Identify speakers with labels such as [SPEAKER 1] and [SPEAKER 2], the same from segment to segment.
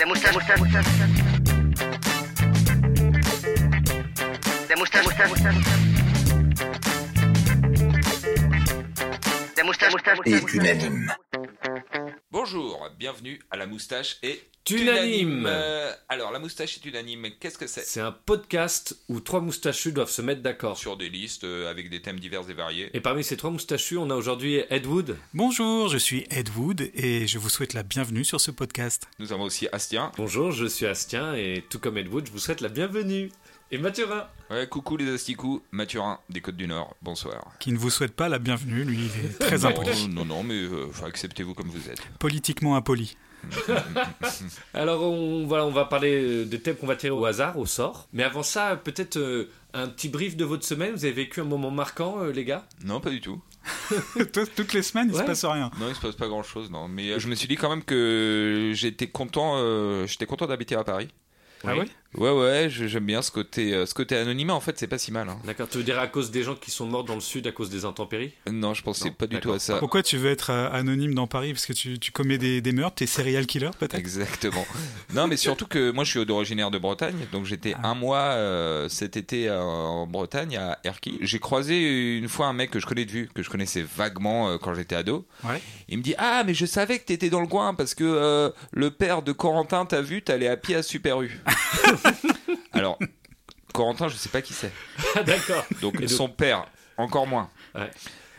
[SPEAKER 1] La moustache, moustache, moustache. La moustache, moustache, moustache. La moustache, moustache,
[SPEAKER 2] et
[SPEAKER 1] moustache.
[SPEAKER 2] unanime.
[SPEAKER 3] Bonjour, bienvenue à La Moustache et
[SPEAKER 4] Unanime.
[SPEAKER 3] alors, La Moustache est unanime, qu'est-ce que c'est
[SPEAKER 4] C'est un podcast où trois moustachus doivent se mettre d'accord.
[SPEAKER 3] Sur des listes euh, avec des thèmes divers et variés.
[SPEAKER 4] Et parmi ces trois moustachus, on a aujourd'hui Ed Wood.
[SPEAKER 5] Bonjour, je suis Ed Wood et je vous souhaite la bienvenue sur ce podcast.
[SPEAKER 3] Nous avons aussi Astien.
[SPEAKER 4] Bonjour, je suis Astien et tout comme Ed Wood, je vous souhaite la bienvenue. Et Mathurin.
[SPEAKER 3] Ouais, coucou les Asticous, Mathurin des Côtes du Nord, bonsoir.
[SPEAKER 5] Qui ne vous souhaite pas la bienvenue, lui, il est très
[SPEAKER 3] non,
[SPEAKER 5] impoli.
[SPEAKER 3] non, non, mais euh, enfin, acceptez-vous comme vous êtes.
[SPEAKER 5] Politiquement impoli.
[SPEAKER 4] Alors on, voilà, on va parler euh, des thèmes qu'on va tirer au hasard, au sort. Mais avant ça, peut-être euh, un petit brief de votre semaine. Vous avez vécu un moment marquant, euh, les gars
[SPEAKER 3] Non, pas du tout.
[SPEAKER 5] Tout- Toutes les semaines, il
[SPEAKER 4] Ouais.
[SPEAKER 5] se passe rien.
[SPEAKER 3] Non, il se passe pas grand chose, non. Mais euh, je me suis dit quand même que j'étais content, euh, j'étais content d'habiter à Paris.
[SPEAKER 5] Ah ouais
[SPEAKER 3] Ouais, ouais, je- j'aime bien ce côté, euh, ce côté anonymat. En fait, c'est pas si mal. hein.
[SPEAKER 4] D'accord, tu veux dire à cause des gens qui sont morts dans le sud à cause des intempéries
[SPEAKER 3] Non, je pensais
[SPEAKER 4] Non,
[SPEAKER 3] pas du tout
[SPEAKER 4] d'accord.
[SPEAKER 3] à ça.
[SPEAKER 5] Pourquoi tu veux être euh, anonyme dans Paris Parce que tu, tu commets des, des meurtres, t'es serial killer peut-être
[SPEAKER 3] Exactement. non, mais surtout que moi, je suis originaire de Bretagne, donc j'étais
[SPEAKER 5] Ah.
[SPEAKER 3] un mois euh, cet été euh, en Bretagne à Erquy. J'ai croisé une fois un mec que je connais de vue, que je connaissais vaguement euh, quand j'étais ado.
[SPEAKER 5] Ouais.
[SPEAKER 3] Il me dit ah mais je savais que t'étais dans le coin parce que euh, le père de Corentin t'a vu, t'allais à pied à Super U. Alors Corentin, je sais pas qui c'est.
[SPEAKER 4] Ah d'accord.
[SPEAKER 3] Donc,
[SPEAKER 4] Et donc-
[SPEAKER 3] son père, encore moins.
[SPEAKER 4] Ouais.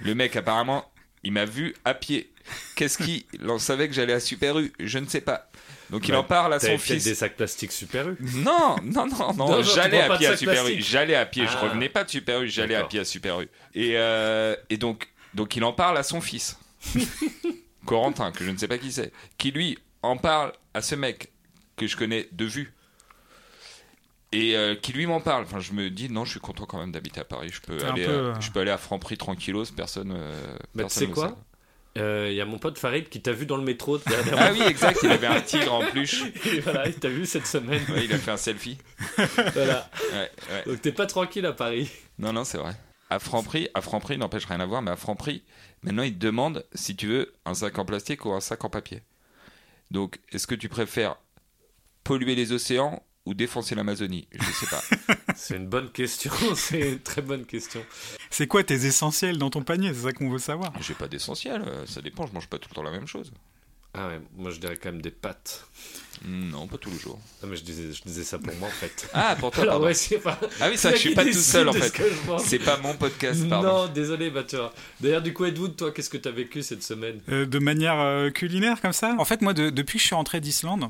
[SPEAKER 3] Le mec, apparemment, il m'a vu à pied. Qu'est-ce qu'il en savait que j'allais à Super U Je ne sais pas. Donc il
[SPEAKER 4] Bah,
[SPEAKER 3] en parle à
[SPEAKER 4] T'avais
[SPEAKER 3] son
[SPEAKER 4] peut-être
[SPEAKER 3] fils.
[SPEAKER 4] des sacs plastiques super U.
[SPEAKER 3] Non, non, non, non.
[SPEAKER 4] Non, non, tu
[SPEAKER 3] j'allais
[SPEAKER 4] prends pas
[SPEAKER 3] à
[SPEAKER 4] de
[SPEAKER 3] pied à
[SPEAKER 4] sac
[SPEAKER 3] Super U.
[SPEAKER 4] plastique.
[SPEAKER 3] J'allais à pied. Je
[SPEAKER 4] Ah.
[SPEAKER 3] revenais pas de Super U. J'allais à
[SPEAKER 4] D'accord.
[SPEAKER 3] pied à Super U. Et, euh, et donc, donc il en parle à son fils, Corentin, que je ne sais pas qui c'est, qui lui en parle à ce mec que je connais de vue. Et euh, qui lui m'en parle. Enfin, je me dis non, je suis content quand même d'habiter à Paris. Je peux
[SPEAKER 5] T'es un
[SPEAKER 3] aller,
[SPEAKER 5] peu,
[SPEAKER 3] à-
[SPEAKER 5] euh,
[SPEAKER 3] je peux aller à Franprix tranquillos. Personne. euh,
[SPEAKER 4] Bah, tu
[SPEAKER 3] personne
[SPEAKER 4] sais
[SPEAKER 3] ne
[SPEAKER 4] quoi
[SPEAKER 3] sait.
[SPEAKER 4] Il Euh, y a mon pote Farid qui t'a vu dans le métro dernièrement.
[SPEAKER 3] Ah oui, exact. Il avait un tigre en peluche.
[SPEAKER 4] Et voilà, il t'a vu cette semaine.
[SPEAKER 3] Ouais, il a fait un selfie.
[SPEAKER 4] Voilà.
[SPEAKER 3] Ouais, ouais.
[SPEAKER 4] Donc t'es pas tranquille à Paris.
[SPEAKER 3] Non, non, c'est vrai. À Franprix, à Franprix, n'empêche rien à voir, mais à Franprix, maintenant, ils te demandent si tu veux un sac en plastique ou un sac en papier. Donc, est-ce que tu préfères polluer les océans ou défoncer l'Amazonie Je sais pas.
[SPEAKER 4] C'est une bonne question, c'est une très bonne question.
[SPEAKER 5] C'est quoi tes essentiels dans ton panier C'est ça qu'on veut savoir.
[SPEAKER 3] J'ai pas d'essentiel, euh, ça dépend, je mange pas tout le temps la même chose.
[SPEAKER 4] Ah ouais, moi je dirais quand même des pâtes.
[SPEAKER 3] Non, pas tous les jours.
[SPEAKER 4] Non mais je disais, je disais ça pour moi en fait.
[SPEAKER 3] Ah, pour toi,
[SPEAKER 4] Alors
[SPEAKER 3] pardon.
[SPEAKER 4] ouais, c'est pas...
[SPEAKER 3] Ah oui, ça, je suis pas tout seul en fait.
[SPEAKER 4] fait.
[SPEAKER 3] C'est pas mon podcast, pardon.
[SPEAKER 4] Non, désolé, bah tu vois. D'ailleurs, du coup, Edwood, toi, qu'est-ce que t'as vécu cette semaine
[SPEAKER 5] Euh, de manière euh, culinaire comme ça En fait, moi, de- depuis que je suis rentré d'Islande,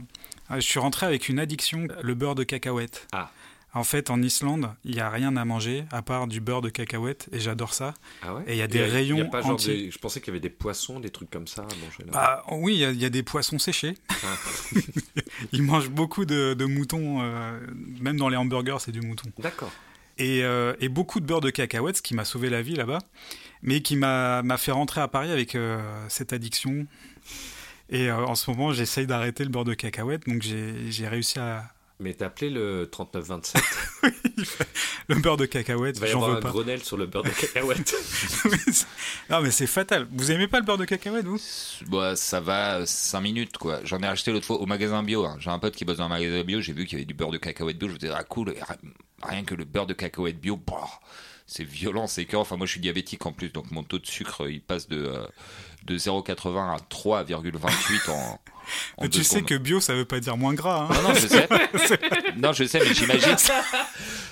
[SPEAKER 5] euh, je suis rentré avec une addiction, le beurre de cacahuète.
[SPEAKER 4] Ah.
[SPEAKER 5] En fait, en Islande, il n'y a rien à manger à part du beurre de cacahuète et j'adore ça.
[SPEAKER 4] Ah ouais
[SPEAKER 5] Et il y a des
[SPEAKER 4] y
[SPEAKER 5] rayons
[SPEAKER 4] pas genre
[SPEAKER 5] entiers.
[SPEAKER 4] des- Je pensais qu'il y avait des poissons, des trucs comme ça à manger là.
[SPEAKER 5] Bah, oui, il y a- il y, a des poissons séchés.
[SPEAKER 4] Ah.
[SPEAKER 5] Ils mangent beaucoup de, de moutons, euh, même dans les hamburgers, c'est du mouton.
[SPEAKER 4] D'accord.
[SPEAKER 5] Et, euh, et beaucoup de beurre de cacahuète, ce qui m'a sauvé la vie là-bas, mais qui m'a m'a fait rentrer à Paris avec euh, cette addiction. Et euh, en ce moment, j'essaye d'arrêter le beurre de cacahuète, donc j'ai j'ai réussi à.
[SPEAKER 4] Mais t'as appelé le 3927.
[SPEAKER 5] Le beurre de
[SPEAKER 4] Il
[SPEAKER 5] cacahuète,
[SPEAKER 4] va y
[SPEAKER 5] j'en
[SPEAKER 4] avoir
[SPEAKER 5] veux
[SPEAKER 4] un
[SPEAKER 5] pas.
[SPEAKER 4] grenelle sur le beurre de cacahuète.
[SPEAKER 5] non, mais c'est fatal. Vous aimez pas le beurre de cacahuète, vous
[SPEAKER 6] Bah, ça va 5 minutes quoi. J'en ai acheté l'autre fois au magasin bio. hein. J'ai un pote qui bosse dans un magasin bio, j'ai vu qu'il y avait du beurre de cacahuète bio. Je me disais, ah cool, rien que le beurre de cacahuète bio, bah, c'est violent, c'est écœurant. Enfin, moi je suis diabétique en plus, donc mon taux de sucre il passe de, euh, de 0,80 à 3,28 en. en
[SPEAKER 5] Mais
[SPEAKER 6] deux
[SPEAKER 5] Tu sais
[SPEAKER 6] secondes.
[SPEAKER 5] que bio, ça veut pas dire moins gras. Hein
[SPEAKER 6] Non, non, je sais. non, je sais, mais j'imagine.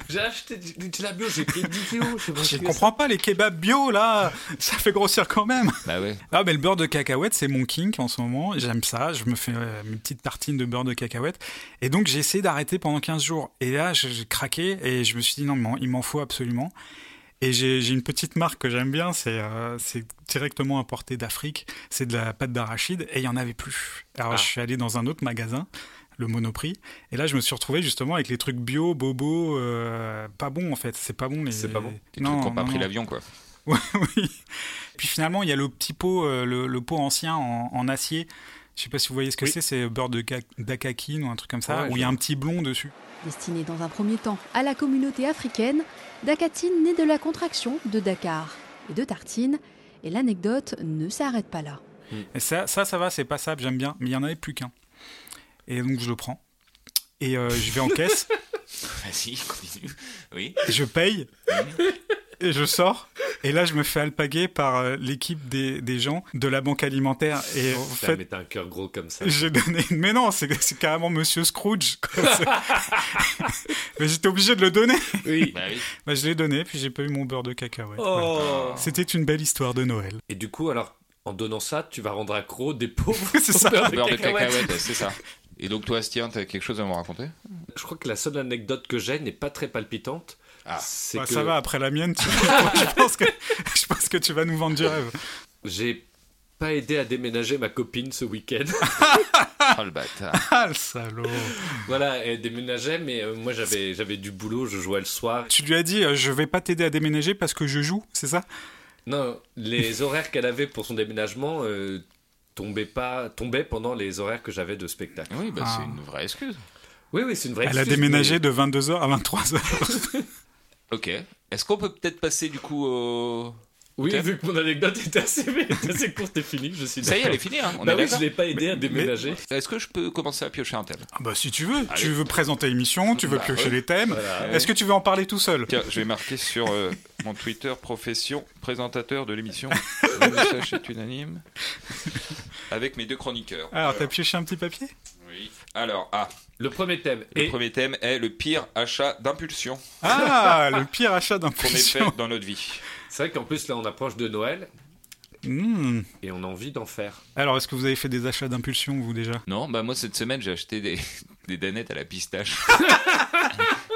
[SPEAKER 4] J'ai acheté du, du tilapia, j'ai pris 10 kilos. Je, sais pas ce
[SPEAKER 5] je
[SPEAKER 4] que
[SPEAKER 5] comprends pas les kebabs bio là, ça fait grossir quand même.
[SPEAKER 6] Bah ouais.
[SPEAKER 5] Ah mais le beurre de cacahuète c'est mon kink en ce moment, j'aime ça, je me fais euh, mes petites tartines de beurre de cacahuète et donc j'ai essayé d'arrêter pendant 15 jours et là je- j'ai craqué et je me suis dit non mais il m'en faut absolument et j'ai j'ai une petite marque que j'aime bien, c'est euh, c'est directement importé d'Afrique, c'est de la pâte d'arachide et il y en avait plus. Alors
[SPEAKER 4] Ah.
[SPEAKER 5] je suis allé dans un autre magasin le Monoprix et là je me suis retrouvé justement avec les trucs bio bobo euh, pas bon en fait c'est pas bon les
[SPEAKER 4] C'est pas bon.
[SPEAKER 6] Les trucs qui ont pas
[SPEAKER 5] non,
[SPEAKER 6] pris
[SPEAKER 5] non.
[SPEAKER 6] l'avion quoi.
[SPEAKER 5] Ouais, oui. Puis finalement, il y a le petit pot, euh, le, le pot ancien en, en acier. Je sais pas si vous voyez ce que
[SPEAKER 4] Oui.
[SPEAKER 5] c'est, c'est beurre de ga- d'akakine ou un truc comme ça,
[SPEAKER 4] Ouais,
[SPEAKER 5] où
[SPEAKER 4] je
[SPEAKER 5] il y a
[SPEAKER 4] vois.
[SPEAKER 5] un petit blond dessus.
[SPEAKER 7] Destinée dans un premier temps à la communauté africaine, Dakatine naît de la contraction de Dakar et de Tartine, et l'anecdote ne s'arrête pas là.
[SPEAKER 5] Et ça, ça, ça va, c'est passable, j'aime bien. Mais il y en avait plus qu'un. Et donc je le prends. Et euh, je vais en caisse,
[SPEAKER 6] Bah,
[SPEAKER 3] Vas-y, continue. Oui.
[SPEAKER 5] je paye, et je sors. Et là, je me fais alpaguer par euh, l'équipe des, des gens de la banque alimentaire. Et en
[SPEAKER 4] Oh, Putain,
[SPEAKER 5] fait,
[SPEAKER 4] mais t'as un cœur gros comme ça.
[SPEAKER 5] J'ai donné. Mais non, c'est c'est carrément Monsieur Scrooge. quoi. C'est- mais j'étais obligé de le donner.
[SPEAKER 4] Oui.
[SPEAKER 3] Bah oui.
[SPEAKER 5] Bah, je l'ai donné, puis j'ai pas eu mon beurre de cacahuète. Voilà.
[SPEAKER 4] Oh.
[SPEAKER 5] C'était une belle histoire de Noël.
[SPEAKER 4] Et du coup, alors, en donnant ça, tu vas rendre accro des pauvres.
[SPEAKER 5] C'est
[SPEAKER 4] au
[SPEAKER 5] ça.
[SPEAKER 4] beurre de
[SPEAKER 3] Beurre de
[SPEAKER 4] cacahuète.
[SPEAKER 3] cacahuète, c'est ça. Et donc toi,
[SPEAKER 6] hein,
[SPEAKER 3] Stien, t'as quelque chose à me raconter
[SPEAKER 4] Je crois que la seule anecdote que j'ai n'est pas très palpitante.
[SPEAKER 3] Ah.
[SPEAKER 4] c'est
[SPEAKER 5] Bah,
[SPEAKER 4] que
[SPEAKER 5] Ça va, après la mienne, tu- je, pense que... je pense que tu vas nous vendre du rêve.
[SPEAKER 4] j'ai pas aidé à déménager ma copine ce week-end.
[SPEAKER 3] Oh le bâtard.
[SPEAKER 5] Ah, le salaud.
[SPEAKER 4] voilà, elle déménageait, mais euh, moi j'avais j'avais du boulot, je jouais le soir.
[SPEAKER 5] Tu lui as dit, euh, je vais pas t'aider à déménager parce que je joue, c'est ça
[SPEAKER 4] Non, les horaires qu'elle avait pour son déménagement euh, tombaient pas tombaient pendant les horaires que j'avais de spectacle.
[SPEAKER 3] Oui, bah c'est
[SPEAKER 5] Ah.
[SPEAKER 3] une vraie excuse.
[SPEAKER 4] Oui, oui, c'est une vraie.
[SPEAKER 5] Elle a
[SPEAKER 4] excuse,
[SPEAKER 5] déménagé
[SPEAKER 4] mais-
[SPEAKER 5] de 22h à 23h.
[SPEAKER 3] Ok. Est-ce qu'on peut peut-être passer du coup au...
[SPEAKER 4] Oui,
[SPEAKER 3] Ok.
[SPEAKER 4] vu que mon anecdote était assez, était assez courte et finie, je suis.
[SPEAKER 3] Ça y est, elle
[SPEAKER 4] d'accord.
[SPEAKER 3] est finie, hein On
[SPEAKER 4] Bah
[SPEAKER 3] est
[SPEAKER 4] oui,
[SPEAKER 3] d'accord
[SPEAKER 4] je l'ai pas aidé à déménager.
[SPEAKER 3] Est-ce que je peux commencer à piocher un thème
[SPEAKER 5] Ah, bah, si tu veux.
[SPEAKER 3] Allez.
[SPEAKER 5] Tu veux présenter l'émission, tu veux
[SPEAKER 3] Bah,
[SPEAKER 5] piocher
[SPEAKER 3] ouais.
[SPEAKER 5] les thèmes.
[SPEAKER 4] Voilà.
[SPEAKER 5] Est-ce que tu veux en parler tout seul
[SPEAKER 3] Tiens, je vais marquer sur euh, mon Twitter profession présentateur de l'émission. Le message est unanime. Avec mes deux chroniqueurs. Euh,
[SPEAKER 5] Alors, t'as pioché un petit papier
[SPEAKER 3] Oui. Alors, ah,
[SPEAKER 4] Le premier thème.
[SPEAKER 3] le
[SPEAKER 4] Et
[SPEAKER 3] premier thème est le pire achat d'impulsion
[SPEAKER 5] Ah, le pire achat
[SPEAKER 3] qu'on ait
[SPEAKER 5] d'impulsion.
[SPEAKER 3] fait dans notre vie.
[SPEAKER 4] c'est vrai qu'en plus là, on approche de Noël
[SPEAKER 5] Hmm.
[SPEAKER 4] et on a envie d'en faire.
[SPEAKER 5] Alors, est-ce que vous avez fait des achats d'impulsion, vous, déjà
[SPEAKER 3] Non, bah moi cette semaine j'ai acheté des, des danettes à la pistache.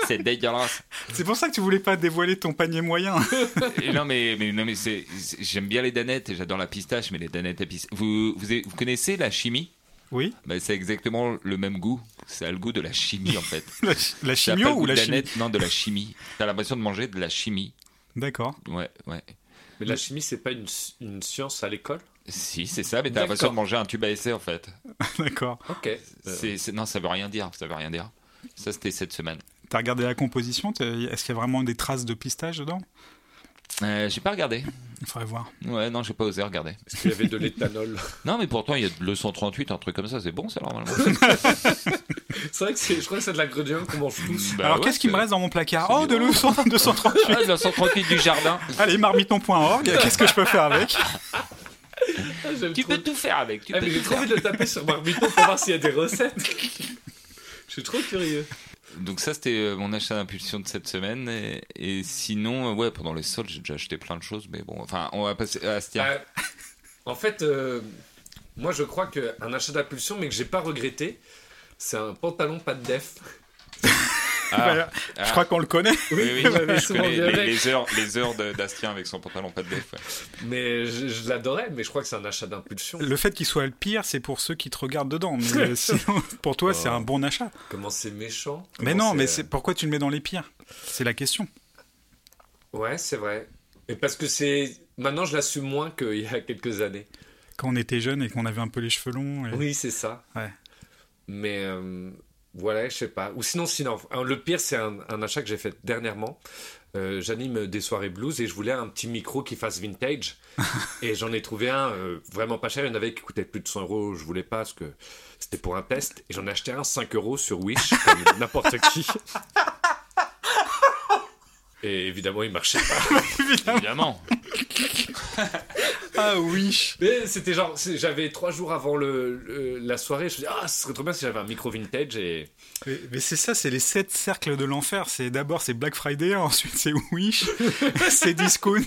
[SPEAKER 3] c'est dégueulasse.
[SPEAKER 5] C'est pour ça que tu voulais pas dévoiler ton panier moyen.
[SPEAKER 3] Et non mais, mais, non, mais c'est, c'est- j'aime bien les danettes et j'adore la pistache, mais les danettes à pistache. Vous, vous, avez- vous connaissez la chimie
[SPEAKER 5] Oui
[SPEAKER 3] bah, C'est exactement le même goût. Ça a le goût de la chimie en fait.
[SPEAKER 5] La, chi- la
[SPEAKER 3] Ça a
[SPEAKER 5] chimio
[SPEAKER 3] pas le
[SPEAKER 5] ou
[SPEAKER 3] goût
[SPEAKER 5] la
[SPEAKER 3] de
[SPEAKER 5] chimie
[SPEAKER 3] danette, Non, de la chimie. T'as l'impression de manger de la chimie.
[SPEAKER 5] D'accord.
[SPEAKER 3] Ouais, ouais.
[SPEAKER 4] Mais la chimie, c'est pas une, une science à l'école
[SPEAKER 3] Si, c'est ça, mais t'as l'impression
[SPEAKER 4] D'accord.
[SPEAKER 3] de manger un tube à essai en fait.
[SPEAKER 5] D'accord.
[SPEAKER 4] Ok.
[SPEAKER 3] C'est, c'est- non, ça veut rien dire. Ça veut rien dire. Ça c'était cette semaine.
[SPEAKER 5] T'as regardé la composition t'as- Est-ce qu'il y a vraiment des traces de pistache dedans
[SPEAKER 3] Euh, j'ai pas regardé.
[SPEAKER 5] Il faudrait voir.
[SPEAKER 3] Ouais, non, j'ai pas osé regarder.
[SPEAKER 4] Est-ce qu'il y avait de l'éthanol
[SPEAKER 3] Non, mais pourtant, il y a de 238, un truc comme ça, c'est bon, ça, normalement.
[SPEAKER 4] C'est vrai que c'est, je crois que c'est de l'ingrédient qu'on mange tous.
[SPEAKER 3] Bah
[SPEAKER 5] Alors,
[SPEAKER 3] ouais,
[SPEAKER 5] qu'est-ce qui
[SPEAKER 3] c'est-
[SPEAKER 5] me reste dans mon placard
[SPEAKER 3] c'est
[SPEAKER 5] Oh, de
[SPEAKER 3] bien.
[SPEAKER 5] l'eau 230.
[SPEAKER 3] Ah, 238 du jardin.
[SPEAKER 5] Allez, marmiton.org,
[SPEAKER 3] Ah.
[SPEAKER 5] qu'est-ce que je peux faire avec
[SPEAKER 4] Ah, j'aime
[SPEAKER 3] Tu
[SPEAKER 4] trop.
[SPEAKER 3] peux tout faire avec. Tu
[SPEAKER 4] Ah,
[SPEAKER 3] peux
[SPEAKER 4] mais
[SPEAKER 3] tout
[SPEAKER 4] j'ai trop
[SPEAKER 3] faire.
[SPEAKER 4] envie de le taper sur Marmiton pour voir s'il y a des recettes. Je suis trop curieux.
[SPEAKER 3] Donc, ça, c'était euh, mon achat d'impulsion de cette semaine. Et, et sinon, euh, ouais, pendant les soldes, j'ai déjà acheté plein de choses, mais bon, enfin, on va passer à Astia.
[SPEAKER 5] Ah,
[SPEAKER 4] Euh, en fait, euh, moi je crois qu'un achat d'impulsion, mais que j'ai pas regretté, c'est un pantalon pas de def.
[SPEAKER 3] Ah.
[SPEAKER 5] Voilà. bah, Je crois qu'on le connaît.
[SPEAKER 3] oui, oui,
[SPEAKER 4] vous m'avez
[SPEAKER 3] je
[SPEAKER 4] souvent
[SPEAKER 3] connais
[SPEAKER 4] vu
[SPEAKER 3] les,
[SPEAKER 4] avec.
[SPEAKER 3] les heures, les heures de- d'Astien avec son pantalon pas de def. ouais.
[SPEAKER 4] Mais je, je l'adorais, mais je crois que c'est un achat d'impulsion.
[SPEAKER 5] Le fait qu'il soit le pire, c'est pour ceux qui te regardent dedans. Mais euh, sinon, pour toi,
[SPEAKER 3] Oh.
[SPEAKER 5] c'est un bon achat.
[SPEAKER 4] Comment c'est méchant.
[SPEAKER 5] Mais
[SPEAKER 4] Comment
[SPEAKER 5] non, mais c'est pourquoi tu le mets dans les pires C'est la question.
[SPEAKER 4] euh, Ouais, c'est vrai. Et parce que c'est. Maintenant, je l'assume moins qu'il y a quelques années.
[SPEAKER 5] Quand on était jeune et qu'on avait un peu les cheveux longs. et-
[SPEAKER 4] Oui, c'est ça.
[SPEAKER 5] Ouais.
[SPEAKER 4] Mais euh, voilà, je sais pas. Ou sinon, sinon, hein, le pire, c'est un, un achat que j'ai fait dernièrement. Euh, J'anime des soirées blues et je voulais un petit micro qui fasse vintage. et j'en ai trouvé un euh, vraiment pas cher. Il y en avait qui coûtait plus de 100 euros. Je voulais pas parce que c'était pour un test. Et j'en ai acheté un 5 euros sur Wish, comme n'importe qui. Et évidemment, il marchait pas.
[SPEAKER 3] Évidemment.
[SPEAKER 5] Ah oui
[SPEAKER 4] Mais c'était genre, c'est- j'avais trois jours avant le, le- la soirée. Je me suis dit, ah, ce serait trop bien si j'avais un micro vintage. Et
[SPEAKER 5] Mais, mais c'est ça, c'est les sept cercles de l'enfer. C'est d'abord c'est Black Friday, ensuite c'est Wish, c'est Discount.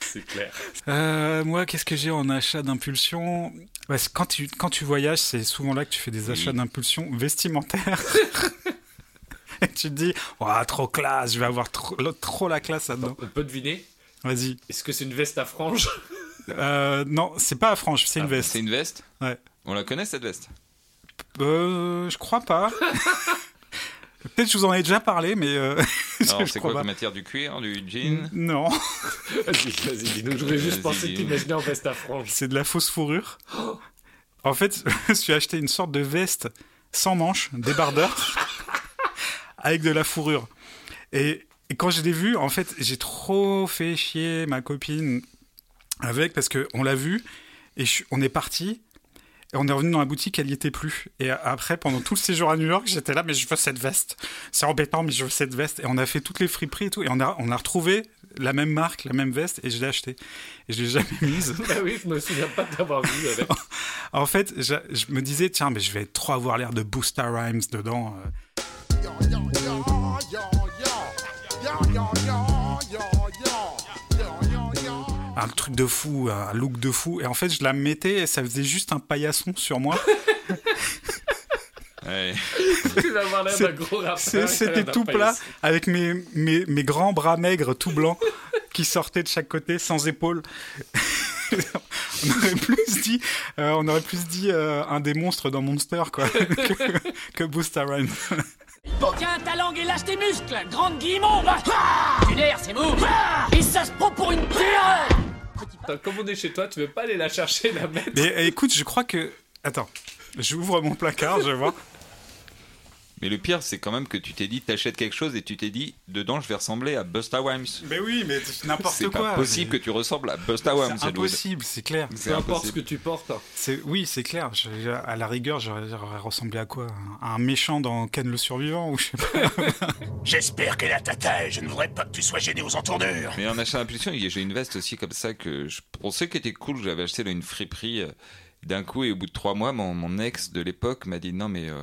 [SPEAKER 4] c'est clair.
[SPEAKER 5] Euh, moi, qu'est-ce que j'ai en achat d'impulsion Ouais, c'est- quand, tu, quand tu voyages, c'est souvent là que tu fais des achats d'impulsion vestimentaires. Et tu te dis, Ouah, trop classe, je vais avoir trop, le- trop la classe là-dedans.
[SPEAKER 4] On peut deviner
[SPEAKER 5] Vas-y.
[SPEAKER 4] Est-ce que c'est une veste à franges
[SPEAKER 5] Euh, non, c'est pas à franche, c'est une veste.
[SPEAKER 3] Ah, C'est une veste
[SPEAKER 5] Ouais.
[SPEAKER 3] On la connaît, cette veste
[SPEAKER 5] Euh, je crois pas. Peut-être que je vous en ai déjà parlé, mais euh,
[SPEAKER 3] Alors, c'est
[SPEAKER 5] je crois
[SPEAKER 3] quoi
[SPEAKER 5] pas.
[SPEAKER 3] comme matière du cuir, du jean
[SPEAKER 5] Non,
[SPEAKER 4] Vas-y, vas-y, dis-nous. Je voulais juste
[SPEAKER 3] Vas-y,
[SPEAKER 4] penser que
[SPEAKER 3] dis-nous.
[SPEAKER 4] t'imaginais en veste à franges.
[SPEAKER 5] C'est de la fausse fourrure. En fait, je me suis acheté une sorte de veste sans manches, débardeur, avec de la fourrure. Et, et quand je l'ai vue, en fait, j'ai trop fait chier ma copine avec parce que on l'a vue et je suis- on est parti. Et on est revenu dans la boutique, elle n'y était plus. Et après, pendant tout le séjour à New York, j'étais là, mais je veux cette veste. C'est embêtant, mais je veux cette veste. Et on a fait toutes les friperies et tout. Et on a, on a retrouvé la même marque, la même veste, et je l'ai achetée. Et je l'ai jamais mise.
[SPEAKER 4] Ah oui, je me souviens pas d'avoir vu avec.
[SPEAKER 5] En fait, je, je me disais, tiens, mais je vais trop avoir l'air de Boosta Rhymes dedans. euh. un truc de fou, un look de fou. Et en fait, je la mettais et ça faisait juste un paillasson sur moi. Mm.
[SPEAKER 8] Ouais.
[SPEAKER 4] Tu vas avoir l'air
[SPEAKER 5] C'est-
[SPEAKER 4] d'un gros rappeur.
[SPEAKER 5] C'est-
[SPEAKER 4] avec
[SPEAKER 5] C'était
[SPEAKER 4] un
[SPEAKER 5] tout
[SPEAKER 4] paillasson.
[SPEAKER 5] plat, avec mes, mes, mes grands bras maigres tout blancs qui sortaient de chaque côté, sans épaules. on aurait plus dit, euh, on aurait plus dit euh, un des monstres dans Monster quoi, que, que Booster Rhymes.
[SPEAKER 9] Tiens ta langue et lâche tes muscles, grande guimauve Ah Tu l'airs, c'est mou Et ça se prend pour une pure
[SPEAKER 4] Attends, comme on est chez toi, tu veux pas aller la chercher, la mettre
[SPEAKER 5] Mais euh, écoute, je crois que. Attends, j'ouvre mon placard, je vois.
[SPEAKER 3] Mais le pire, c'est quand même que tu t'es dit, t'achètes quelque chose et tu t'es dit, dedans, je vais ressembler à Busta Rhymes.
[SPEAKER 5] Mais oui, mais n'importe
[SPEAKER 3] C'est
[SPEAKER 5] quoi.
[SPEAKER 3] pas possible que tu ressembles à Busta Rhymes,
[SPEAKER 5] C'est
[SPEAKER 3] Edwin.
[SPEAKER 5] impossible, c'est clair.
[SPEAKER 3] C'est
[SPEAKER 4] Peu importe ce
[SPEAKER 3] impossible.
[SPEAKER 4] que tu portes. hein.
[SPEAKER 5] C'est- Oui, c'est clair. Je- à la rigueur, j'aurais j'aurais ressemblé à quoi À un méchant dans Ken le survivant ou je sais pas.
[SPEAKER 2] J'espère qu'elle a ta taille, je ne voudrais pas que tu sois gêné aux entournures.
[SPEAKER 3] Mais en achetant l'impulsion, j'ai une veste aussi comme ça que je pensais qu'elle était cool. J'avais acheté dans une friperie euh, d'un coup et au bout de trois mois, mon, mon ex de l'époque m'a dit non mais euh,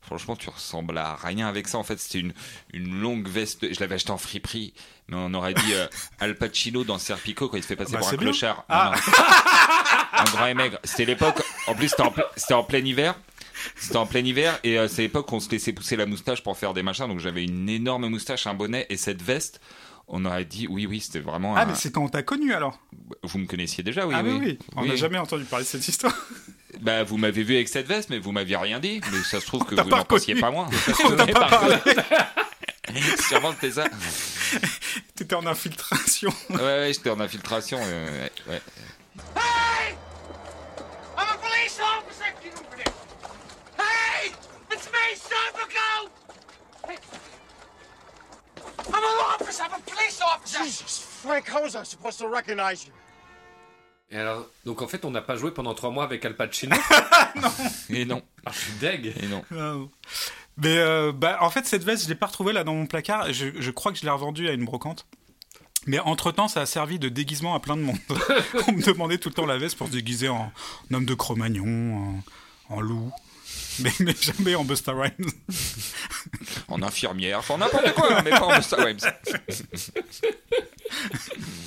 [SPEAKER 3] franchement tu ressembles à rien avec ça. En fait c'était une, une longue veste. Je l'avais acheté en friperie, mais on aurait dit euh, Al Pacino dans Serpico quand il se fait passer
[SPEAKER 5] Bah,
[SPEAKER 3] pour
[SPEAKER 5] c'est
[SPEAKER 3] un
[SPEAKER 5] bien.
[SPEAKER 3] clochard.
[SPEAKER 5] Ah.
[SPEAKER 3] Non, non. un grand et maigre. C'était l'époque. En plus c'était en, ple- c'était en plein hiver. C'était en plein hiver et euh, c'est l'époque où on se laissait pousser la moustache pour faire des machins. Donc j'avais une énorme moustache, un bonnet et cette veste. On aurait dit oui, oui, c'était vraiment.
[SPEAKER 5] Ah,
[SPEAKER 3] un-
[SPEAKER 5] mais c'est quand on t'a connu alors
[SPEAKER 3] Vous me connaissiez déjà, oui.
[SPEAKER 5] Ah, oui,
[SPEAKER 3] oui,
[SPEAKER 5] oui. On n'a jamais entendu parler de cette histoire.
[SPEAKER 3] Bah, vous m'avez vu avec cette veste, mais vous m'aviez rien dit. Mais ça se trouve que
[SPEAKER 5] t'a
[SPEAKER 3] vous
[SPEAKER 5] pas
[SPEAKER 3] n'en pensiez pas
[SPEAKER 5] reconnu.
[SPEAKER 3] moins. Ça se
[SPEAKER 5] On t'a
[SPEAKER 3] trouve,
[SPEAKER 5] pas
[SPEAKER 3] par
[SPEAKER 5] parlé.
[SPEAKER 3] contre, Sûrement, c'était ça.
[SPEAKER 5] T'étais en infiltration.
[SPEAKER 3] Ouais, ouais, j'étais en infiltration. euh, ouais, ouais.
[SPEAKER 9] I'm a police officer, you don't forget. Hey! It's me, Serpico! I'm an officer, I'm a police officer!
[SPEAKER 2] Frank, how was I supposed to recognize you?
[SPEAKER 4] Et alors, donc en fait, on n'a pas joué pendant trois mois avec Al Pacino.
[SPEAKER 3] Et non,
[SPEAKER 4] Ah, je suis deg.
[SPEAKER 3] et non.
[SPEAKER 5] mais euh, bah, en fait, cette veste, je l'ai pas retrouvée là dans mon placard. Je, je crois que je l'ai revendue à une brocante. Mais entre-temps, ça a servi de déguisement à plein de monde. on me demandait tout le temps la veste pour se déguiser en, en homme de Cro-Magnon, en, en loup. Mais, mais jamais en Busta Rhymes.
[SPEAKER 3] En infirmière, enfin, n'importe quoi, mais pas en Busta Rhymes.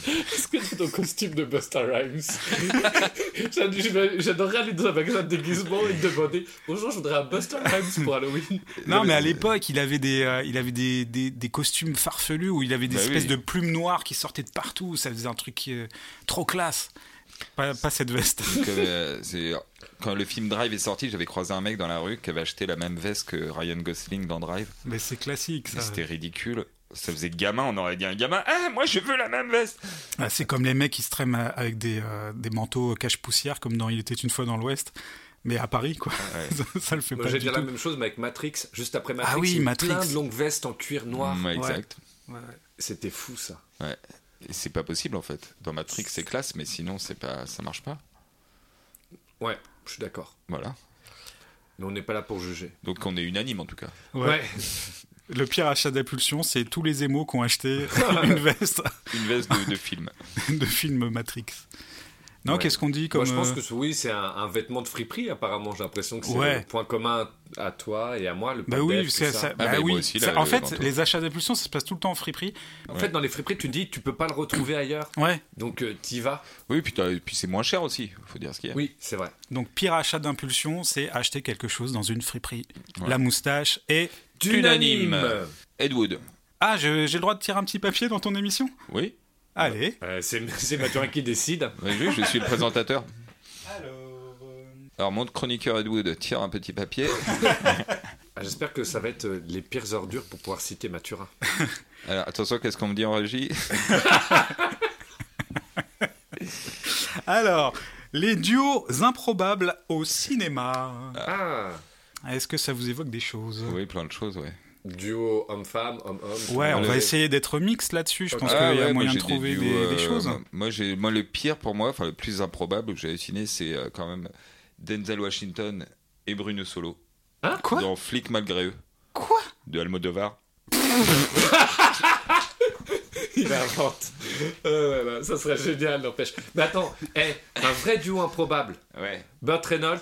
[SPEAKER 4] Qu'est-ce que tu ton costume de Busta Rhymes J'ad- j'ad- J'adorerais aller dans un magasin de déguisement et te demander Bonjour, je voudrais un Busta Rhymes pour Halloween.
[SPEAKER 5] Non, mais à l'époque, il avait des, euh, il avait des, des, des costumes farfelus où il avait des
[SPEAKER 3] Bah
[SPEAKER 5] espèces
[SPEAKER 3] oui.
[SPEAKER 5] de plumes noires qui sortaient de partout. Ça faisait un truc euh, trop classe. Pas, pas cette veste.
[SPEAKER 3] Donc, euh, c'est- Quand le film Drive est sorti, j'avais croisé un mec dans la rue qui avait acheté la même veste que Ryan Gosling dans Drive.
[SPEAKER 5] Mais c'est classique,
[SPEAKER 3] Et
[SPEAKER 5] ça.
[SPEAKER 3] C'était ridicule. Ça faisait gamin, on aurait dit un gamin. Ah, moi je veux la même veste.
[SPEAKER 5] Ah, c'est comme les mecs qui se traînent euh, avec des, euh, des manteaux cache-poussière, comme dans Il était une fois dans l'Ouest, mais à Paris, quoi. ça, ça le fait
[SPEAKER 4] Moi,
[SPEAKER 5] pas
[SPEAKER 4] j'ai
[SPEAKER 5] du
[SPEAKER 4] dit
[SPEAKER 5] tout.
[SPEAKER 4] la même chose, mais avec Matrix, juste après Matrix.
[SPEAKER 5] Ah oui,
[SPEAKER 4] il y a eu
[SPEAKER 5] Matrix.
[SPEAKER 4] Plein de longues vestes en cuir noir.
[SPEAKER 3] Ouais, Mm, exact.
[SPEAKER 4] C'était fou, ça.
[SPEAKER 3] Et C'est pas possible en fait. Dans Matrix, c'est classe, mais sinon, c'est pas, ça marche pas.
[SPEAKER 4] Ouais, je suis d'accord.
[SPEAKER 3] Voilà.
[SPEAKER 4] Mais on n'est pas là pour juger.
[SPEAKER 3] Donc on est unanime en tout cas.
[SPEAKER 5] Ouais. Le pire achat d'impulsion, c'est tous les émaux qui ont acheté une veste
[SPEAKER 3] Une veste de, de film.
[SPEAKER 5] de film Matrix. Non,
[SPEAKER 4] Ouais.
[SPEAKER 5] qu'est-ce qu'on dit comme.
[SPEAKER 4] Moi, je pense
[SPEAKER 5] euh,
[SPEAKER 4] que oui, c'est un, un vêtement de friperie, apparemment. J'ai l'impression que c'est
[SPEAKER 5] Ouais.
[SPEAKER 4] le point commun à toi et à moi, le
[SPEAKER 5] Bah
[SPEAKER 4] Pop
[SPEAKER 5] oui,
[SPEAKER 4] Def,
[SPEAKER 5] c'est
[SPEAKER 4] tout
[SPEAKER 5] ça.
[SPEAKER 4] ça.
[SPEAKER 5] bah
[SPEAKER 3] bah,
[SPEAKER 5] oui.
[SPEAKER 3] moi aussi,
[SPEAKER 5] Ça-
[SPEAKER 3] là,
[SPEAKER 5] en
[SPEAKER 3] le
[SPEAKER 5] fait,
[SPEAKER 3] manteau.
[SPEAKER 5] les achats d'impulsion, ça se passe tout le temps en friperie.
[SPEAKER 4] En fait, dans les friperies, tu dis, tu peux pas le retrouver ailleurs.
[SPEAKER 5] Ouais.
[SPEAKER 4] Donc, euh, t'y vas.
[SPEAKER 3] Oui, puis, t'as- puis c'est moins cher aussi. Faut dire ce qu'il y a.
[SPEAKER 4] Oui, c'est vrai.
[SPEAKER 5] Donc, pire achat d'impulsion, c'est acheter quelque chose dans une friperie.
[SPEAKER 3] Ouais.
[SPEAKER 5] La moustache et.
[SPEAKER 3] Unanime. Ed Wood.
[SPEAKER 5] Ah, je- j'ai le droit de tirer un petit papier dans ton émission
[SPEAKER 3] Oui.
[SPEAKER 5] Allez.
[SPEAKER 4] Euh, c'est c'est Mathurin qui décide.
[SPEAKER 3] Oui, oui, je suis le présentateur. Alors montre chroniqueur Ed Wood tire un petit papier.
[SPEAKER 4] Ah, J'espère que ça va être euh, les pires ordures pour pouvoir citer Mathurin.
[SPEAKER 3] Alors attention, qu'est-ce qu'on me dit en régie
[SPEAKER 5] Alors, les duos improbables au cinéma.
[SPEAKER 4] Ah
[SPEAKER 5] Est-ce que ça vous évoque des choses
[SPEAKER 3] Oui, plein de choses, ouais.
[SPEAKER 4] Duo homme-femme, homme-homme.
[SPEAKER 5] Ouais, on
[SPEAKER 3] Ouais.
[SPEAKER 5] va essayer d'être mixte là-dessus. Je pense
[SPEAKER 3] Ah
[SPEAKER 5] qu'il y a
[SPEAKER 3] ouais, moi,
[SPEAKER 5] moyen de
[SPEAKER 3] j'ai
[SPEAKER 5] trouver des,
[SPEAKER 3] duos,
[SPEAKER 5] des
[SPEAKER 3] euh,
[SPEAKER 5] choses.
[SPEAKER 3] Moi, j'ai, moi, le pire pour moi, enfin le plus improbable que j'ai halluciné, c'est euh, quand même Denzel Washington et Bruno Solo
[SPEAKER 4] Hein
[SPEAKER 5] Quoi
[SPEAKER 3] dans Flic malgré eux
[SPEAKER 5] Quoi
[SPEAKER 3] de Almodovar.
[SPEAKER 4] Il invente. Euh, ouais, ouais, ça serait génial, n'empêche. Mais attends, hé, un vrai duo improbable.
[SPEAKER 3] Ouais.
[SPEAKER 4] Burt Reynolds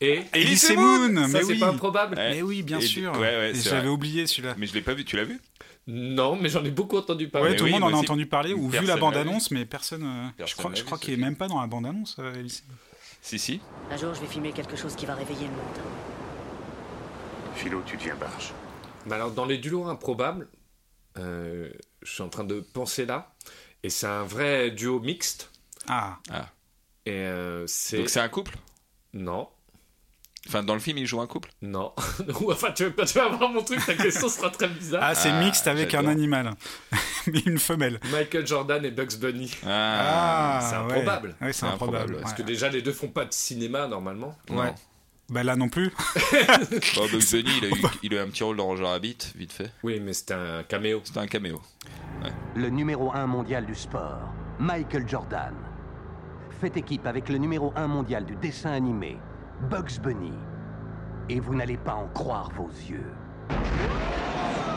[SPEAKER 4] et.
[SPEAKER 5] Elise et
[SPEAKER 4] Moon.
[SPEAKER 5] Moon,
[SPEAKER 4] Ça,
[SPEAKER 5] mais
[SPEAKER 4] c'est
[SPEAKER 5] oui.
[SPEAKER 4] pas improbable
[SPEAKER 3] Ouais.
[SPEAKER 5] Mais oui, bien
[SPEAKER 3] Et d-
[SPEAKER 5] sûr.
[SPEAKER 3] ouais, ouais,
[SPEAKER 5] Et
[SPEAKER 3] c'est
[SPEAKER 5] J'avais
[SPEAKER 3] vrai.
[SPEAKER 5] oublié celui-là.
[SPEAKER 3] Mais je l'ai pas vu, tu l'as vu
[SPEAKER 4] Non, mais j'en ai beaucoup entendu
[SPEAKER 5] Ouais,
[SPEAKER 4] parler.
[SPEAKER 3] Ah Mais
[SPEAKER 5] tout
[SPEAKER 3] oui,
[SPEAKER 5] le monde
[SPEAKER 3] moi
[SPEAKER 5] en a
[SPEAKER 3] aussi.
[SPEAKER 5] entendu parler ou vu
[SPEAKER 3] Personne
[SPEAKER 5] la
[SPEAKER 3] l'a
[SPEAKER 5] bande-annonce, mais personne. euh, je
[SPEAKER 3] Personne
[SPEAKER 5] crois,
[SPEAKER 3] l'a
[SPEAKER 5] je
[SPEAKER 3] vu,
[SPEAKER 5] crois
[SPEAKER 3] ce
[SPEAKER 5] qu'il est
[SPEAKER 3] film.
[SPEAKER 5] même pas dans la bande-annonce, euh, Elise.
[SPEAKER 3] Si, si.
[SPEAKER 10] Un jour, je vais filmer quelque chose qui va réveiller le monde.
[SPEAKER 11] Philo, tu deviens barge.
[SPEAKER 4] Mais alors, dans les duos improbables, euh, je suis en train de penser là, et c'est un vrai duo mixte.
[SPEAKER 5] Ah,
[SPEAKER 4] Et euh, c'est.
[SPEAKER 3] Donc c'est un couple
[SPEAKER 4] Non,
[SPEAKER 3] Enfin, dans le film, il joue un couple
[SPEAKER 4] non. Ou enfin, tu vas, tu vas voir mon truc, ta question sera très bizarre.
[SPEAKER 5] ah c'est
[SPEAKER 3] Ah,
[SPEAKER 5] mixte avec un
[SPEAKER 3] j'adore.
[SPEAKER 5] animal, mais une femelle.
[SPEAKER 4] Michael Jordan et Bugs Bunny.
[SPEAKER 5] Ah,
[SPEAKER 4] c'est
[SPEAKER 5] ouais.
[SPEAKER 4] improbable.
[SPEAKER 5] Ouais, c'est
[SPEAKER 3] C'est improbable,
[SPEAKER 5] improbable.
[SPEAKER 4] Parce
[SPEAKER 5] ouais.
[SPEAKER 4] que déjà, les deux font pas de cinéma normalement.
[SPEAKER 3] Non.
[SPEAKER 5] Ouais. Bah là non plus.
[SPEAKER 3] Oh, Bugs Bunny, il a, eu, il a eu un petit rôle dans Roger Rabbit, vite fait.
[SPEAKER 4] Oui, mais c'était un caméo.
[SPEAKER 3] C'était un caméo.
[SPEAKER 2] Le numéro 1 mondial du sport, Michael Jordan, fait équipe avec le numéro 1 mondial du dessin animé, Bugs Bunny. Et vous n'allez pas en croire vos yeux.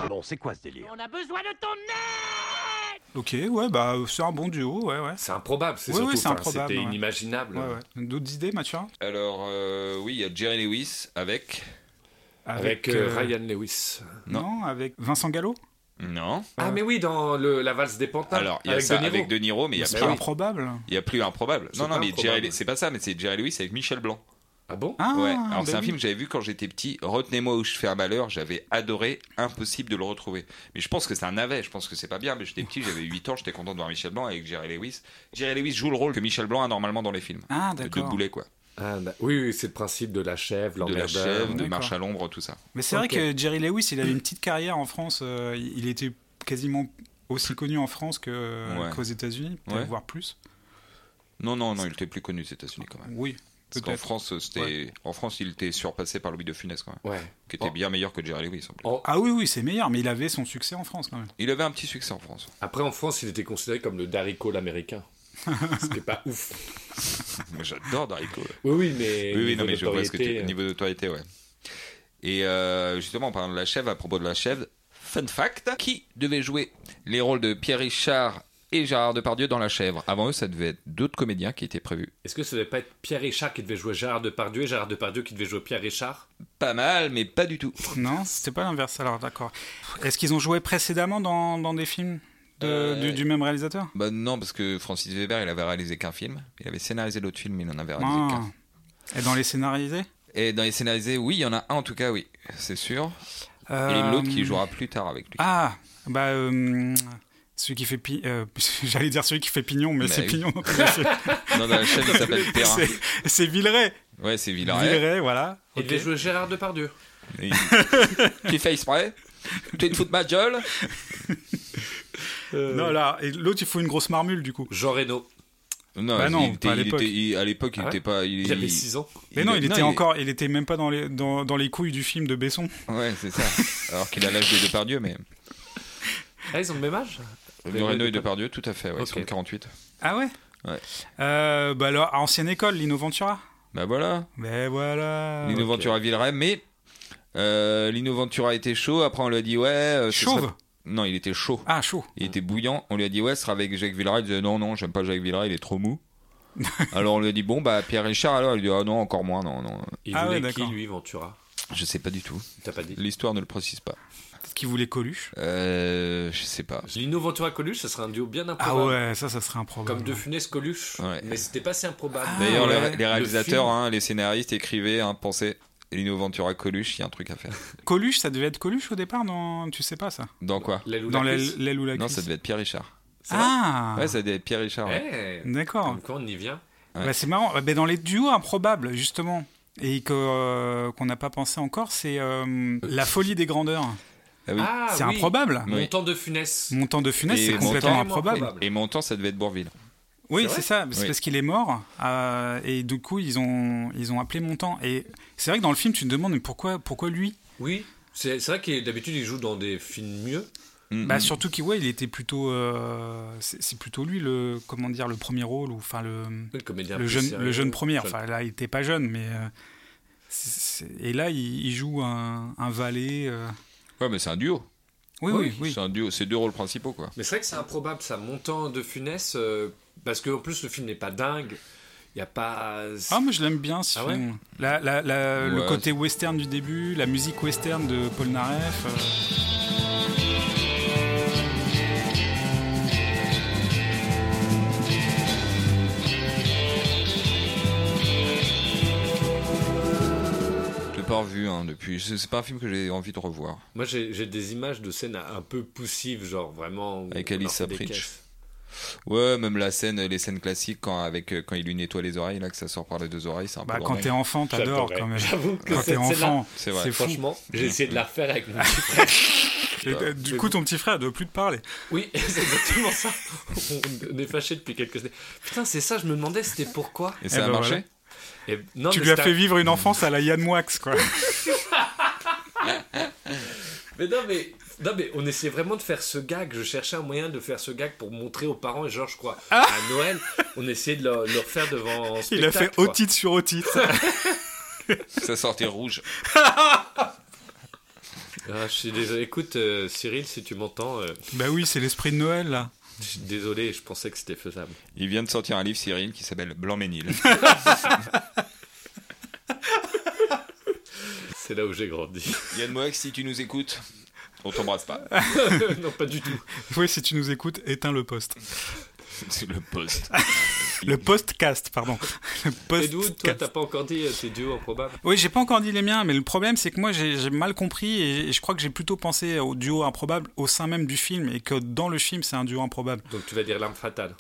[SPEAKER 2] Bon, c'est quoi ce délire
[SPEAKER 12] On a besoin de ton nez
[SPEAKER 5] Ok, ouais, bah c'est un bon duo, ouais, ouais.
[SPEAKER 4] C'est improbable, c'est
[SPEAKER 5] Oui,
[SPEAKER 4] surtout.
[SPEAKER 5] oui, c'est
[SPEAKER 4] enfin,
[SPEAKER 5] improbable,
[SPEAKER 4] C'était
[SPEAKER 5] ouais.
[SPEAKER 4] inimaginable.
[SPEAKER 5] ouais, ouais. D'autres idées, Mathieu
[SPEAKER 3] Alors, euh, oui, il y a Jerry Lewis avec.
[SPEAKER 4] Avec, euh,
[SPEAKER 5] euh,
[SPEAKER 4] Ryan Lewis.
[SPEAKER 5] Non, avec Vincent Gallo.
[SPEAKER 3] Non.
[SPEAKER 4] Ah, mais oui, dans le- la valse des
[SPEAKER 5] Ah.
[SPEAKER 4] pantins.
[SPEAKER 3] Alors, il y a ça avec De Niro, mais il y a
[SPEAKER 5] C'est
[SPEAKER 3] plus
[SPEAKER 5] pas
[SPEAKER 3] un-
[SPEAKER 5] improbable.
[SPEAKER 3] il y a plus improbable.
[SPEAKER 4] C'est
[SPEAKER 3] Non, non,
[SPEAKER 4] pas
[SPEAKER 3] mais
[SPEAKER 4] improbable.
[SPEAKER 3] Jerry- c'est pas ça, mais c'est Jerry Lewis avec Michel Blanc.
[SPEAKER 4] Ah bon
[SPEAKER 5] Ah,
[SPEAKER 3] ouais. Alors, c'est
[SPEAKER 5] bah
[SPEAKER 3] un
[SPEAKER 5] oui.
[SPEAKER 3] film que j'avais vu quand j'étais petit. Retenez-moi où je fais un malheur. J'avais adoré. Impossible de le retrouver. Mais je pense que c'est un navet. Je pense que c'est pas bien. Mais j'étais petit, j'avais 8 ans. J'étais content de voir Michel Blanc avec Jerry Lewis. Jerry Lewis joue le rôle que Michel Blanc a normalement dans les films.
[SPEAKER 5] Ah
[SPEAKER 3] De deux
[SPEAKER 5] d'accord.
[SPEAKER 3] boulets, quoi.
[SPEAKER 4] Ah, bah, Oui, oui, c'est le principe de la chèvre,
[SPEAKER 3] De la
[SPEAKER 4] l'emmerdeur.
[SPEAKER 3] chèvre, de
[SPEAKER 5] D'accord.
[SPEAKER 3] marche à l'ombre, tout ça.
[SPEAKER 5] Mais c'est
[SPEAKER 4] Ok.
[SPEAKER 5] vrai que Jerry Lewis, il avait une petite carrière en France. euh, il était quasiment aussi connu en France que- euh,
[SPEAKER 3] Ouais.
[SPEAKER 5] qu'aux États-Unis,
[SPEAKER 3] Ouais.
[SPEAKER 5] peut-être voire plus.
[SPEAKER 3] Non, non, non, il était plus connu aux États-Unis quand même.
[SPEAKER 5] Oui,
[SPEAKER 3] Parce qu'en
[SPEAKER 5] peut-être.
[SPEAKER 3] France, c'était, en France, il était surpassé par Louis de Funès quand même,
[SPEAKER 4] Ouais.
[SPEAKER 3] qui était
[SPEAKER 4] Oh.
[SPEAKER 3] bien meilleur que Jerry Lewis. en plus.
[SPEAKER 4] En-
[SPEAKER 5] Ah oui, oui, c'est meilleur, mais il avait son succès en France quand même.
[SPEAKER 3] Il avait un petit succès en France.
[SPEAKER 4] Après, en France, il était considéré comme le Darry Cole américain. Ce qui est pas ouf.
[SPEAKER 3] Moi, j'adore Darry Cole.
[SPEAKER 4] Oui, oui, mais.
[SPEAKER 3] Oui, oui,
[SPEAKER 4] niveau
[SPEAKER 3] non, mais je vois ce que tu.
[SPEAKER 5] euh.
[SPEAKER 4] notoriété,
[SPEAKER 3] Niveau d'autorité, ouais. Et euh, justement, en parlant de la chèvre, à propos de la chèvre, fun fact qui devait jouer les rôles de Pierre Richard et Gérard Depardieu dans La Chèvre Avant eux, ça devait être d'autres comédiens qui étaient prévus.
[SPEAKER 4] euh, Est-ce que ça devait pas être Pierre Richard qui devait jouer Gérard Depardieu et Gérard Depardieu qui devait jouer Pierre Richard
[SPEAKER 3] Pas mal, mais pas du tout.
[SPEAKER 5] Non, c'était pas l'inverse alors, d'accord. Est-ce qu'ils ont joué précédemment dans, dans des films de-
[SPEAKER 3] Euh,
[SPEAKER 5] du, du même réalisateur
[SPEAKER 3] Bah non, parce que Francis Weber, il avait réalisé qu'un film. Il avait scénarisé l'autre film, mais il en avait réalisé
[SPEAKER 5] Ah.
[SPEAKER 3] qu'un.
[SPEAKER 5] Et dans les scénarisés
[SPEAKER 3] Et dans les scénarisés, oui, il y en a un en tout cas, oui, c'est sûr. Et
[SPEAKER 5] Euh,
[SPEAKER 3] l'autre qui jouera plus tard avec lui.
[SPEAKER 5] Ah, bah. euh, celui qui fait pi- euh, j'allais dire celui qui fait pignon mais
[SPEAKER 3] Bah
[SPEAKER 5] c'est
[SPEAKER 3] oui.
[SPEAKER 5] pignon dans tous les films.
[SPEAKER 3] Non, dans la chaîne, il s'appelle Perrin.
[SPEAKER 5] C'est- c'est Villeray
[SPEAKER 3] Ouais, c'est Villaret.
[SPEAKER 5] Villeray voilà
[SPEAKER 4] Il
[SPEAKER 5] Ok.
[SPEAKER 4] devait jouer Gérard Depardieu.
[SPEAKER 3] Qui fait exprès Tu es de foot ma gueule
[SPEAKER 5] Euh, non là et l'autre il faut une grosse marmule du coup
[SPEAKER 4] Jean Reno.
[SPEAKER 3] Non,
[SPEAKER 5] Bah non,
[SPEAKER 3] il était-
[SPEAKER 5] pas à
[SPEAKER 3] il
[SPEAKER 5] l'époque.
[SPEAKER 3] était- il- à l'époque, il
[SPEAKER 4] Ah ouais
[SPEAKER 3] était pas.
[SPEAKER 4] Il avait 6 ans.
[SPEAKER 5] mais non il était
[SPEAKER 3] est-
[SPEAKER 5] encore il était même pas dans les dans, dans les couilles du film de Besson
[SPEAKER 3] Ouais, c'est ça. Alors qu'il a l'âge de Depardieu, mais.
[SPEAKER 4] Ah, ils ont le même âge Mais
[SPEAKER 3] Moreno et
[SPEAKER 4] Depardieu-
[SPEAKER 3] Depardieu, tout à fait, ouais, ils
[SPEAKER 4] Ok.
[SPEAKER 3] sont de 48.
[SPEAKER 5] ah ouais
[SPEAKER 3] Ouais.
[SPEAKER 5] Euh, bah alors ancienne école Lino Ventura
[SPEAKER 3] Bah voilà,
[SPEAKER 5] mais voilà
[SPEAKER 3] Lino Ventura Villaret, mais. euh, Lino Ventura était chaud, après on lui a dit ouais. euh, ce
[SPEAKER 5] chauve
[SPEAKER 3] sera- Non, il était chaud.
[SPEAKER 5] ah chaud
[SPEAKER 3] Il était bouillant. On lui a dit ouais, ce sera avec Jacques Villeray. Il disait non, non, j'aime pas Jacques Villeray, il est trop mou. alors on lui a dit bon, bah Pierre Richard. Alors il dit ah non, encore moins, non, non.
[SPEAKER 4] Il
[SPEAKER 5] Ah
[SPEAKER 4] voulait
[SPEAKER 5] ouais,
[SPEAKER 4] qui,
[SPEAKER 5] d'accord.
[SPEAKER 4] lui, Ventura
[SPEAKER 3] Je sais pas du tout.
[SPEAKER 4] T'as pas dit
[SPEAKER 3] L'histoire ne le précise pas.
[SPEAKER 5] peut-être qu'il voulait Coluche
[SPEAKER 3] Euh, je sais pas.
[SPEAKER 4] Lino Ventura Coluche, ça serait un duo bien
[SPEAKER 5] ah
[SPEAKER 4] improbable.
[SPEAKER 5] ouais ça ça serait un problème
[SPEAKER 4] Comme De Funès Coluche.
[SPEAKER 3] Ouais.
[SPEAKER 4] Mais c'était pas si improbable.
[SPEAKER 5] Ah,
[SPEAKER 3] D'ailleurs,
[SPEAKER 5] ouais.
[SPEAKER 3] les, les réalisateurs, hein, les scénaristes écrivaient, hein, pensaient. Lino Ventura Coluche, il y a un truc à faire.
[SPEAKER 5] Hein. Coluche ça devait être Coluche au départ non tu sais pas ça
[SPEAKER 3] Dans quoi
[SPEAKER 5] dans l'aile l'aile ou la
[SPEAKER 3] Non,
[SPEAKER 5] cuisse
[SPEAKER 3] ça devait être Pierre Richard.
[SPEAKER 5] ah
[SPEAKER 3] Ouais, ça devait être Pierre Richard. ouais.
[SPEAKER 5] d'accord
[SPEAKER 4] Eh, Comme quoi, on y vient.
[SPEAKER 3] Ouais.
[SPEAKER 5] Bah, c'est marrant. Bah, dans les duos improbables, justement, et que, euh, qu'on n'a pas pensé encore, c'est euh, La folie des grandeurs. Eh
[SPEAKER 3] Ah oui.
[SPEAKER 4] Ah,
[SPEAKER 5] c'est
[SPEAKER 4] oui.
[SPEAKER 5] improbable. Mm.
[SPEAKER 3] Oui.
[SPEAKER 4] Montant de Funès.
[SPEAKER 5] Mon temps de funeste,
[SPEAKER 3] Et
[SPEAKER 5] c'est
[SPEAKER 3] Montan-
[SPEAKER 5] complètement improbable.
[SPEAKER 4] improbable.
[SPEAKER 3] Et Montan, ça devait être Bourville.
[SPEAKER 5] Oui,
[SPEAKER 4] C'est vrai
[SPEAKER 5] c'est ça. C'est
[SPEAKER 3] Oui.
[SPEAKER 5] parce qu'il est mort. euh, et du coup, ils ont, ils ont appelé Montan. Et c'est vrai que dans le film, tu te demandes mais pourquoi, pourquoi lui
[SPEAKER 4] Oui, c'est c'est vrai que d'habitude il joue dans des films mieux.
[SPEAKER 8] Mm,
[SPEAKER 5] Bah,
[SPEAKER 8] mm.
[SPEAKER 5] surtout qu'il ouais, il était plutôt, euh, c'est c'est plutôt lui le, comment dire, le premier rôle ou enfin le,
[SPEAKER 4] Le comédien
[SPEAKER 5] le
[SPEAKER 4] plus
[SPEAKER 5] jeune,
[SPEAKER 4] sérieux,
[SPEAKER 5] le jeune premier.
[SPEAKER 4] jeune.
[SPEAKER 5] Enfin là, il était pas jeune, mais euh, c'est- c'est- et là, il, il joue un, un valet. euh.
[SPEAKER 8] Ouais, mais c'est un duo.
[SPEAKER 5] Oui, oui, oui.
[SPEAKER 8] C'est un duo, c'est deux rôles principaux quoi.
[SPEAKER 4] Mais c'est vrai que c'est improbable ça, montant de funesse, euh, parce qu'en plus le film n'est pas dingue, il n'y a pas.
[SPEAKER 5] Ah, moi je l'aime bien ce
[SPEAKER 4] Ah ouais
[SPEAKER 5] film. La- la- la- Le
[SPEAKER 8] Ouais,
[SPEAKER 5] côté western du début, la musique western de Paul Naref. euh.
[SPEAKER 8] Je l'ai pas revu hein, depuis. C'est c'est pas un film que j'ai envie de revoir.
[SPEAKER 4] Moi j'ai j'ai des images de scènes un peu poussives, genre vraiment. où
[SPEAKER 8] Avec
[SPEAKER 4] on
[SPEAKER 8] Alyssa
[SPEAKER 4] leur fait des
[SPEAKER 8] Pritch.
[SPEAKER 4] caisses.
[SPEAKER 8] Ouais, même la scène, les scènes classiques quand avec euh, quand il lui nettoie les oreilles là que ça sort par les deux oreilles, c'est un
[SPEAKER 5] Bah,
[SPEAKER 8] peu.
[SPEAKER 5] quand
[SPEAKER 8] borné.
[SPEAKER 5] t'es enfant, t'adores
[SPEAKER 4] J'adorais.
[SPEAKER 5] quand même.
[SPEAKER 4] J'avoue que
[SPEAKER 5] Quand
[SPEAKER 4] cette
[SPEAKER 5] t'es enfant,
[SPEAKER 8] C'est vrai.
[SPEAKER 5] c'est fou.
[SPEAKER 4] Franchement, j'ai essayé de la refaire avec mon
[SPEAKER 5] Et, euh, du coup, ton petit frère ne veut plus te parler.
[SPEAKER 4] Oui, c'est exactement ça. On est fâchés depuis quelques années. Putain, c'est ça, je me demandais c'était pourquoi.
[SPEAKER 8] Et ça
[SPEAKER 5] Eh
[SPEAKER 8] a
[SPEAKER 5] ben
[SPEAKER 8] marché.
[SPEAKER 5] voilà.
[SPEAKER 4] Et, non,
[SPEAKER 5] tu
[SPEAKER 4] mais
[SPEAKER 5] lui as
[SPEAKER 4] c'était
[SPEAKER 5] fait
[SPEAKER 4] un-
[SPEAKER 5] vivre une enfance à la Yann Wax, quoi.
[SPEAKER 4] Mais non, mais. Non, mais on essayait vraiment de faire ce gag. Je cherchais un moyen de faire ce gag pour montrer aux parents. Et genre, je crois, à Noël, on essayait de le, le refaire devant. un
[SPEAKER 5] Ah Il
[SPEAKER 4] spectacle,
[SPEAKER 5] a fait
[SPEAKER 4] quoi.
[SPEAKER 5] otite sur otite.
[SPEAKER 8] Ça sortait rouge.
[SPEAKER 4] Ah, je suis désolé. Écoute, euh, Cyril, si tu m'entends, euh,
[SPEAKER 5] bah oui, c'est l'esprit de Noël, là.
[SPEAKER 4] je suis désolé, je pensais que c'était faisable.
[SPEAKER 8] Il vient de sortir un livre Cyril qui s'appelle Blanc-Ménil.
[SPEAKER 4] C'est là où j'ai grandi.
[SPEAKER 8] Yann Moix, si tu nous écoutes, on t'embrasse pas.
[SPEAKER 4] non, pas du tout.
[SPEAKER 5] Oui, si tu nous écoutes, éteins le poste.
[SPEAKER 8] C'est le poste.
[SPEAKER 5] Le postcast, pardon. Le
[SPEAKER 4] Et d'où, toi, t'as
[SPEAKER 5] postcast.
[SPEAKER 4] pas encore dit euh, tes duos improbables
[SPEAKER 5] Oui, j'ai pas encore dit les miens, mais le problème, c'est que moi, j'ai j'ai mal compris et et je crois que j'ai plutôt pensé au duo improbable au sein même du film et que dans le film, c'est un duo improbable.
[SPEAKER 4] Donc, tu vas dire l'arme fatale.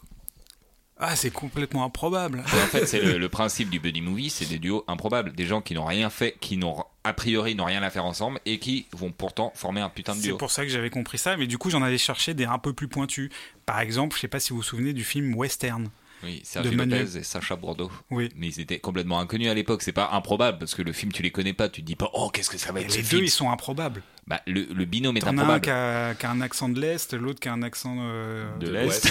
[SPEAKER 5] Ah, c'est complètement improbable.
[SPEAKER 3] En fait, c'est le, le principe du buddy movie, c'est des duos improbables, des gens qui n'ont rien fait, qui n'ont a priori n'ont rien à faire ensemble et qui vont pourtant former un putain de
[SPEAKER 5] C'est
[SPEAKER 3] duo.
[SPEAKER 5] pour ça que j'avais compris ça, mais du coup, j'en avais cherché des un peu plus pointus. Par exemple, je sais pas si vous vous souvenez du film Western.
[SPEAKER 3] Oui, Sergio
[SPEAKER 5] De Manuel.
[SPEAKER 3] Lopez et Sacha Bordeaux.
[SPEAKER 5] Oui.
[SPEAKER 3] Mais ils étaient complètement inconnus à l'époque. C'est pas improbable parce que le film, tu les connais pas. Tu te dis pas, oh, qu'est-ce que ça va
[SPEAKER 5] Et
[SPEAKER 3] être
[SPEAKER 5] les
[SPEAKER 3] ce
[SPEAKER 5] deux,
[SPEAKER 3] film
[SPEAKER 5] ils sont improbables.
[SPEAKER 3] Bah, le, le binôme est
[SPEAKER 5] T'en as un
[SPEAKER 3] improbable.
[SPEAKER 5] qui a, qui a un accent de l'Est, l'autre qui a un accent. euh,
[SPEAKER 3] De
[SPEAKER 4] Ouais.
[SPEAKER 3] l'Est.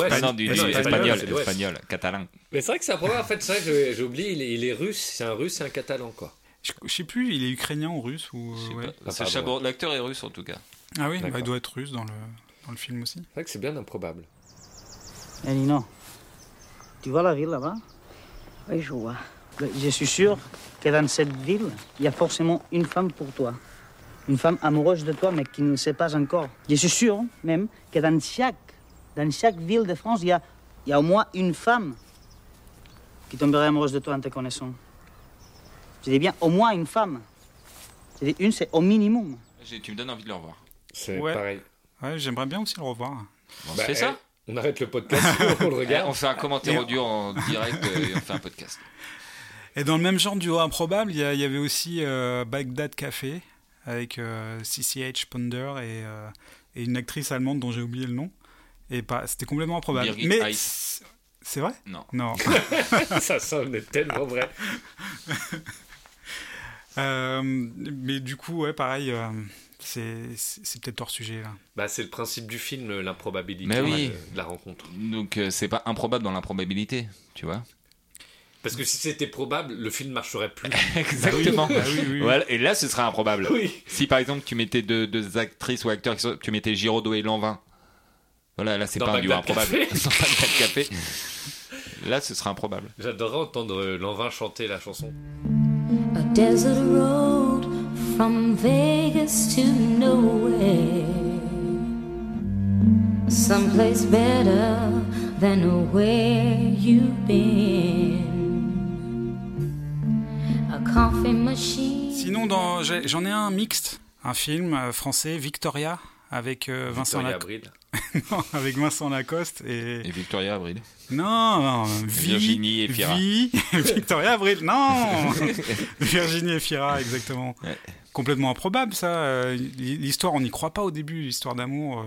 [SPEAKER 4] Ouais,
[SPEAKER 3] Ah non, du,
[SPEAKER 4] Ah
[SPEAKER 3] du
[SPEAKER 4] non,
[SPEAKER 3] espagnol,
[SPEAKER 4] c'est de l'Ouest.
[SPEAKER 3] espagnol, catalan.
[SPEAKER 4] Mais c'est vrai que c'est un problème, en fait, c'est vrai que j'ai oublié, il est, il est russe, c'est un russe et un catalan, quoi.
[SPEAKER 5] Je, je sais plus, il est ukrainien ou russe ou. euh, ouais.
[SPEAKER 4] Ah,
[SPEAKER 8] Sacha
[SPEAKER 4] pardon.
[SPEAKER 8] Bordeaux- L'acteur est russe en tout cas.
[SPEAKER 5] Ah oui, bah,
[SPEAKER 4] D'accord.
[SPEAKER 5] il doit être russe dans le, dans le film aussi.
[SPEAKER 4] C'est vrai que c'est bien improbable.
[SPEAKER 13] Eh Nino, tu vois la ville là-bas Oui, je vois. Je suis sûr que dans cette ville, il y a forcément une femme pour toi. Une femme amoureuse de toi, mais qui ne sait pas encore. Je suis sûr hein, même que dans chaque, dans chaque ville de France, il y a, il y a au moins une femme qui tomberait amoureuse de toi en te connaissant. Je dis bien au moins une femme. Je dis une, c'est au minimum.
[SPEAKER 8] J'ai- Tu me donnes envie de le revoir.
[SPEAKER 4] C'est
[SPEAKER 5] Ouais.
[SPEAKER 4] pareil.
[SPEAKER 5] Ouais, j'aimerais bien aussi le revoir.
[SPEAKER 3] On
[SPEAKER 4] Bah,
[SPEAKER 3] fait
[SPEAKER 4] eh,
[SPEAKER 3] ça
[SPEAKER 4] On arrête le podcast, on le
[SPEAKER 3] Eh,
[SPEAKER 4] regarde.
[SPEAKER 3] On fait un
[SPEAKER 5] Et-
[SPEAKER 3] commentaire audio en direct euh, et on fait un podcast.
[SPEAKER 5] Et dans le même genre duo improbable, il y, a- il y avait aussi euh, Bagdad Café avec euh, CCH Ponder et, euh, et une actrice allemande dont j'ai oublié le nom. Et pas, c'était complètement improbable.
[SPEAKER 3] Birgit
[SPEAKER 5] Mais
[SPEAKER 3] Heiss.
[SPEAKER 5] c'est vrai
[SPEAKER 3] Non.
[SPEAKER 5] Non.
[SPEAKER 4] ça sonne tellement vrai.
[SPEAKER 5] Euh, mais du coup, ouais, pareil, euh, c'est c'est- c'est peut-être hors sujet là.
[SPEAKER 4] Bah, c'est le principe du film, euh, l'improbabilité
[SPEAKER 3] Mais oui.
[SPEAKER 4] euh, de la rencontre.
[SPEAKER 3] Donc, euh, c'est pas improbable dans l'improbabilité, tu vois
[SPEAKER 4] Parce que si c'était probable, le film marcherait plus.
[SPEAKER 3] Exactement.
[SPEAKER 5] oui, oui, oui.
[SPEAKER 3] Voilà, et là, ce serait improbable.
[SPEAKER 4] oui.
[SPEAKER 3] Si par exemple tu mettais deux, deux actrices ou acteurs, qui sont- tu mettais Giraudot et Lanvin. Voilà, là c'est
[SPEAKER 4] Dans
[SPEAKER 3] pas un duo
[SPEAKER 4] Bagdad
[SPEAKER 3] improbable.
[SPEAKER 4] Café.
[SPEAKER 3] Dans Bagdad Café. Là, ce serait improbable.
[SPEAKER 4] J'adorerais entendre euh, Lanvin chanter la chanson.
[SPEAKER 10] A desert road from Vegas to nowhere. Someplace better than where you've been. A coffee machine.
[SPEAKER 5] Sinon, dans- j'ai- j'en ai un mixte, un film euh, français, Victoria, avec euh, Vincent
[SPEAKER 4] Victoria
[SPEAKER 5] Lac-
[SPEAKER 4] Abril.
[SPEAKER 5] Non, avec Vincent Lacoste et,
[SPEAKER 3] Et Victoria Abril.
[SPEAKER 5] Non, non, Vi-
[SPEAKER 3] Virginie Efira.
[SPEAKER 5] Vi- Victoria Abril, non Virginie Efira, exactement.
[SPEAKER 3] Ouais.
[SPEAKER 5] Complètement improbable, ça. Euh, L'histoire, on n'y croit pas au début, l'histoire d'amour. euh,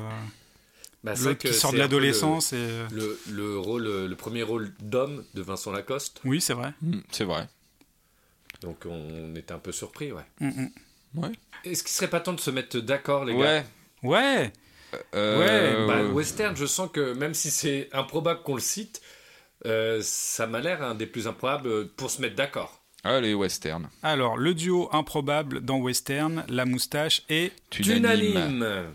[SPEAKER 4] Bah, c'est vrai
[SPEAKER 5] L'autre
[SPEAKER 4] que
[SPEAKER 5] qui sort de
[SPEAKER 4] c'est un peu le-
[SPEAKER 5] l'adolescence. et, euh,
[SPEAKER 4] Le, le rôle, euh, le premier rôle d'homme de Vincent Lacoste.
[SPEAKER 5] Oui, c'est vrai.
[SPEAKER 3] Hmm, c'est vrai.
[SPEAKER 4] Donc on était un peu surpris, ouais.
[SPEAKER 5] Mm, mm.
[SPEAKER 4] Est-ce qu'il serait pas temps de se mettre d'accord, les gars
[SPEAKER 3] Ouais. euh,
[SPEAKER 5] Ouais.
[SPEAKER 4] Ouais, bah, western, je sens que même si c'est improbable qu'on le cite, euh, ça m'a l'air un des plus improbables euh, pour se mettre d'accord.
[SPEAKER 3] Allez, western.
[SPEAKER 5] Alors, le duo improbable dans Western, la moustache et...
[SPEAKER 4] Unanime.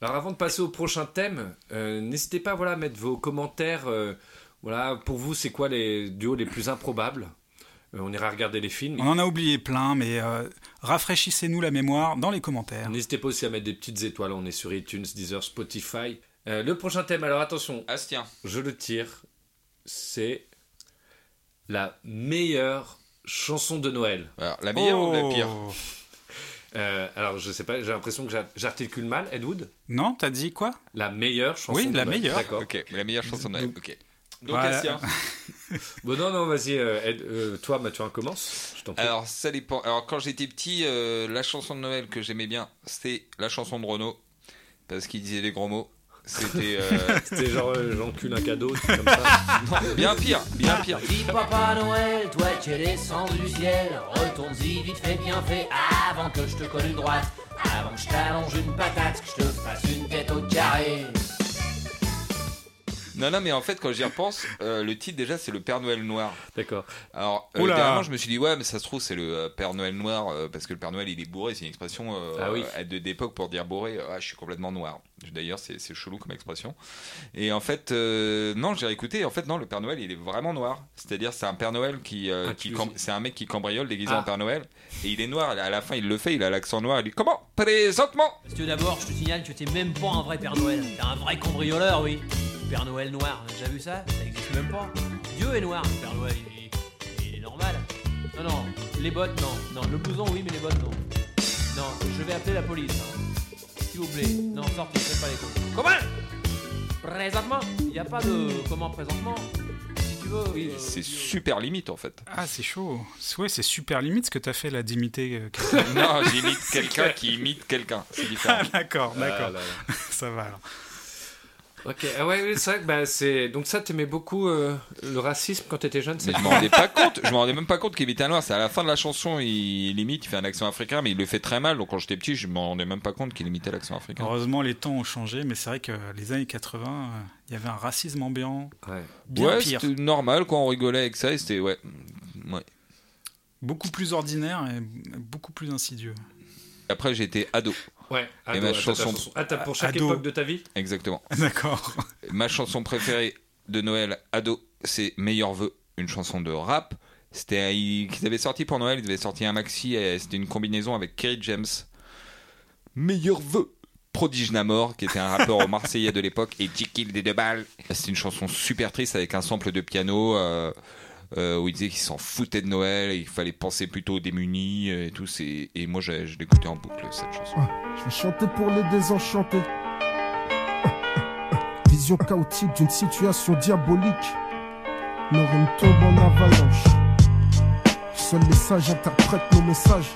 [SPEAKER 4] Alors avant de passer au prochain thème, euh, n'hésitez pas voilà, à mettre vos commentaires. euh, voilà, pour vous, c'est quoi les duos les plus improbables Euh, On ira regarder les films.
[SPEAKER 5] On en a oublié plein, mais euh, rafraîchissez-nous la mémoire dans les commentaires.
[SPEAKER 4] N'hésitez pas aussi à mettre des petites étoiles. On est sur iTunes, Deezer, Spotify. Euh, le prochain thème, alors attention.
[SPEAKER 3] Astien.
[SPEAKER 4] Je le tire. C'est la meilleure chanson de Noël.
[SPEAKER 3] Alors, la meilleure ou
[SPEAKER 4] Oh.
[SPEAKER 5] Oh.
[SPEAKER 3] la pire
[SPEAKER 4] Euh, Alors, je sais pas, j'ai l'impression que j'a- j'articule mal. Ed Wood
[SPEAKER 5] Non, t'as dit quoi
[SPEAKER 4] La meilleure chanson
[SPEAKER 5] Oui,
[SPEAKER 4] de
[SPEAKER 5] la
[SPEAKER 4] Noël.
[SPEAKER 5] meilleure.
[SPEAKER 4] D'accord.
[SPEAKER 3] Ok, la meilleure chanson de Noël. Ok. Donc,
[SPEAKER 5] Voilà.
[SPEAKER 3] Astien.
[SPEAKER 4] Bon, non, non, vas-y, euh, Ed- euh, toi, Mathurin, commence. Je t'en prie.
[SPEAKER 3] Alors, ça dépend. Alors, quand j'étais petit, euh, la chanson de Noël que j'aimais bien, c'était la chanson de Renaud, parce qu'il disait les gros mots. C'était euh,
[SPEAKER 4] C'était genre, euh, j'encule un cadeau, tout comme ça.
[SPEAKER 3] bien pire, bien pire.
[SPEAKER 9] Dis Papa Noël, toi tu es descendu du ciel, retourne-y vite fait bien fait, avant que je te colle une droite, avant que je t'allonge une patate, que je te fasse une tête au carré.
[SPEAKER 3] Non, non, mais en fait, quand j'y repense, euh, le titre déjà, c'est le Père Noël noir.
[SPEAKER 4] D'accord.
[SPEAKER 3] Alors, euh,
[SPEAKER 5] Oula.
[SPEAKER 3] dernièrement, je me suis dit, ouais, mais ça se trouve, c'est le euh, Père Noël noir, euh, parce que le Père Noël, il est bourré, c'est une expression euh,
[SPEAKER 4] Ah oui.
[SPEAKER 3] euh, de d'époque pour dire bourré, euh, ah, je suis complètement noir. D'ailleurs, c'est c'est chelou comme expression. Et en fait, euh, non, j'ai réécouté, et en fait, non, le Père Noël, il est vraiment noir. C'est-à-dire, c'est un Père Noël qui. euh, qui
[SPEAKER 4] Inclusif.
[SPEAKER 3] cam- c'est un mec qui cambriole déguisé
[SPEAKER 4] Ah.
[SPEAKER 3] en Père Noël, et il est noir. À la fin, il le fait, il a l'accent noir, il dit, comment Présentement
[SPEAKER 9] Monsieur d'abord, je te signale que t'es même pas un vrai Père Noël, t'es un vrai cambrioleur, oui. Père Noël noir, t'as déjà vu ça Ça existe même pas. Dieu est noir, Père Noël, il est, il est normal. Non, non, les bottes, non. Non, le blouson, oui, mais les bottes, non. Non, je vais appeler la police. hein. S'il vous plaît, non, sortez, faites pas les cons. Comment Présentement Il n'y a pas de comment présentement Si tu veux.
[SPEAKER 3] Oui,
[SPEAKER 9] euh,
[SPEAKER 3] c'est
[SPEAKER 9] Dieu.
[SPEAKER 3] super limite, en fait.
[SPEAKER 5] Ah, c'est chaud. Ouais, c'est super limite ce que t'as fait, la dignité. euh, que-
[SPEAKER 3] non, j'imite quelqu'un qui imite quelqu'un, c'est différent.
[SPEAKER 5] Ah, d'accord,
[SPEAKER 4] Ah là
[SPEAKER 5] d'accord.
[SPEAKER 4] là.
[SPEAKER 5] Ça va alors.
[SPEAKER 4] Ok, ah ouais, oui, c'est vrai que bah, c'est. Donc, ça, t'aimais beaucoup euh, le racisme quand t'étais jeune, c'est
[SPEAKER 3] Mais je m'en rendais pas compte, je m'en rendais même pas compte qu'il était un noir. C'est à la fin de la chanson, il limite, il fait un accent africain, mais il le fait très mal. Donc quand j'étais petit, je m'en rendais même pas compte qu'il imitait l'accent africain.
[SPEAKER 5] Heureusement, les temps ont changé, mais c'est vrai que les années 80, euh, il y avait un racisme ambiant
[SPEAKER 4] Ouais.
[SPEAKER 5] bien
[SPEAKER 3] ouais,
[SPEAKER 5] pire,
[SPEAKER 3] c'était normal quand on rigolait avec ça. et C'était ouais, ouais.
[SPEAKER 5] beaucoup plus ordinaire et beaucoup plus insidieux.
[SPEAKER 3] Après j'étais ado,
[SPEAKER 4] Ouais, ado,
[SPEAKER 3] ma
[SPEAKER 4] attends,
[SPEAKER 3] chanson-
[SPEAKER 4] ta Ah, t'as pour chaque
[SPEAKER 5] Ado.
[SPEAKER 4] époque de ta vie
[SPEAKER 3] exactement.
[SPEAKER 5] D'accord.
[SPEAKER 3] Ma chanson préférée de Noël ado, c'est Meilleur vœu, une chanson de rap. C'était il- qu'ils avaient sorti pour Noël, ils avaient sorti un maxi et c'était une combinaison avec Kerry James. Meilleur vœu. Prodige Namor, qui était un rappeur marseillais de l'époque, et Jekyll des deux balles. C'est une chanson super triste avec un sample de piano euh, euh, où il disait qu'il s'en foutait de Noël et qu'il fallait penser plutôt aux démunis et tout. c'est- Et moi, j'ai- je l'écoutais en boucle cette chanson.
[SPEAKER 14] Je chantais pour les désenchanter. Vision chaotique d'une situation diabolique. Lorraine tombe en avalanche. Seuls les sages interprètent nos messages.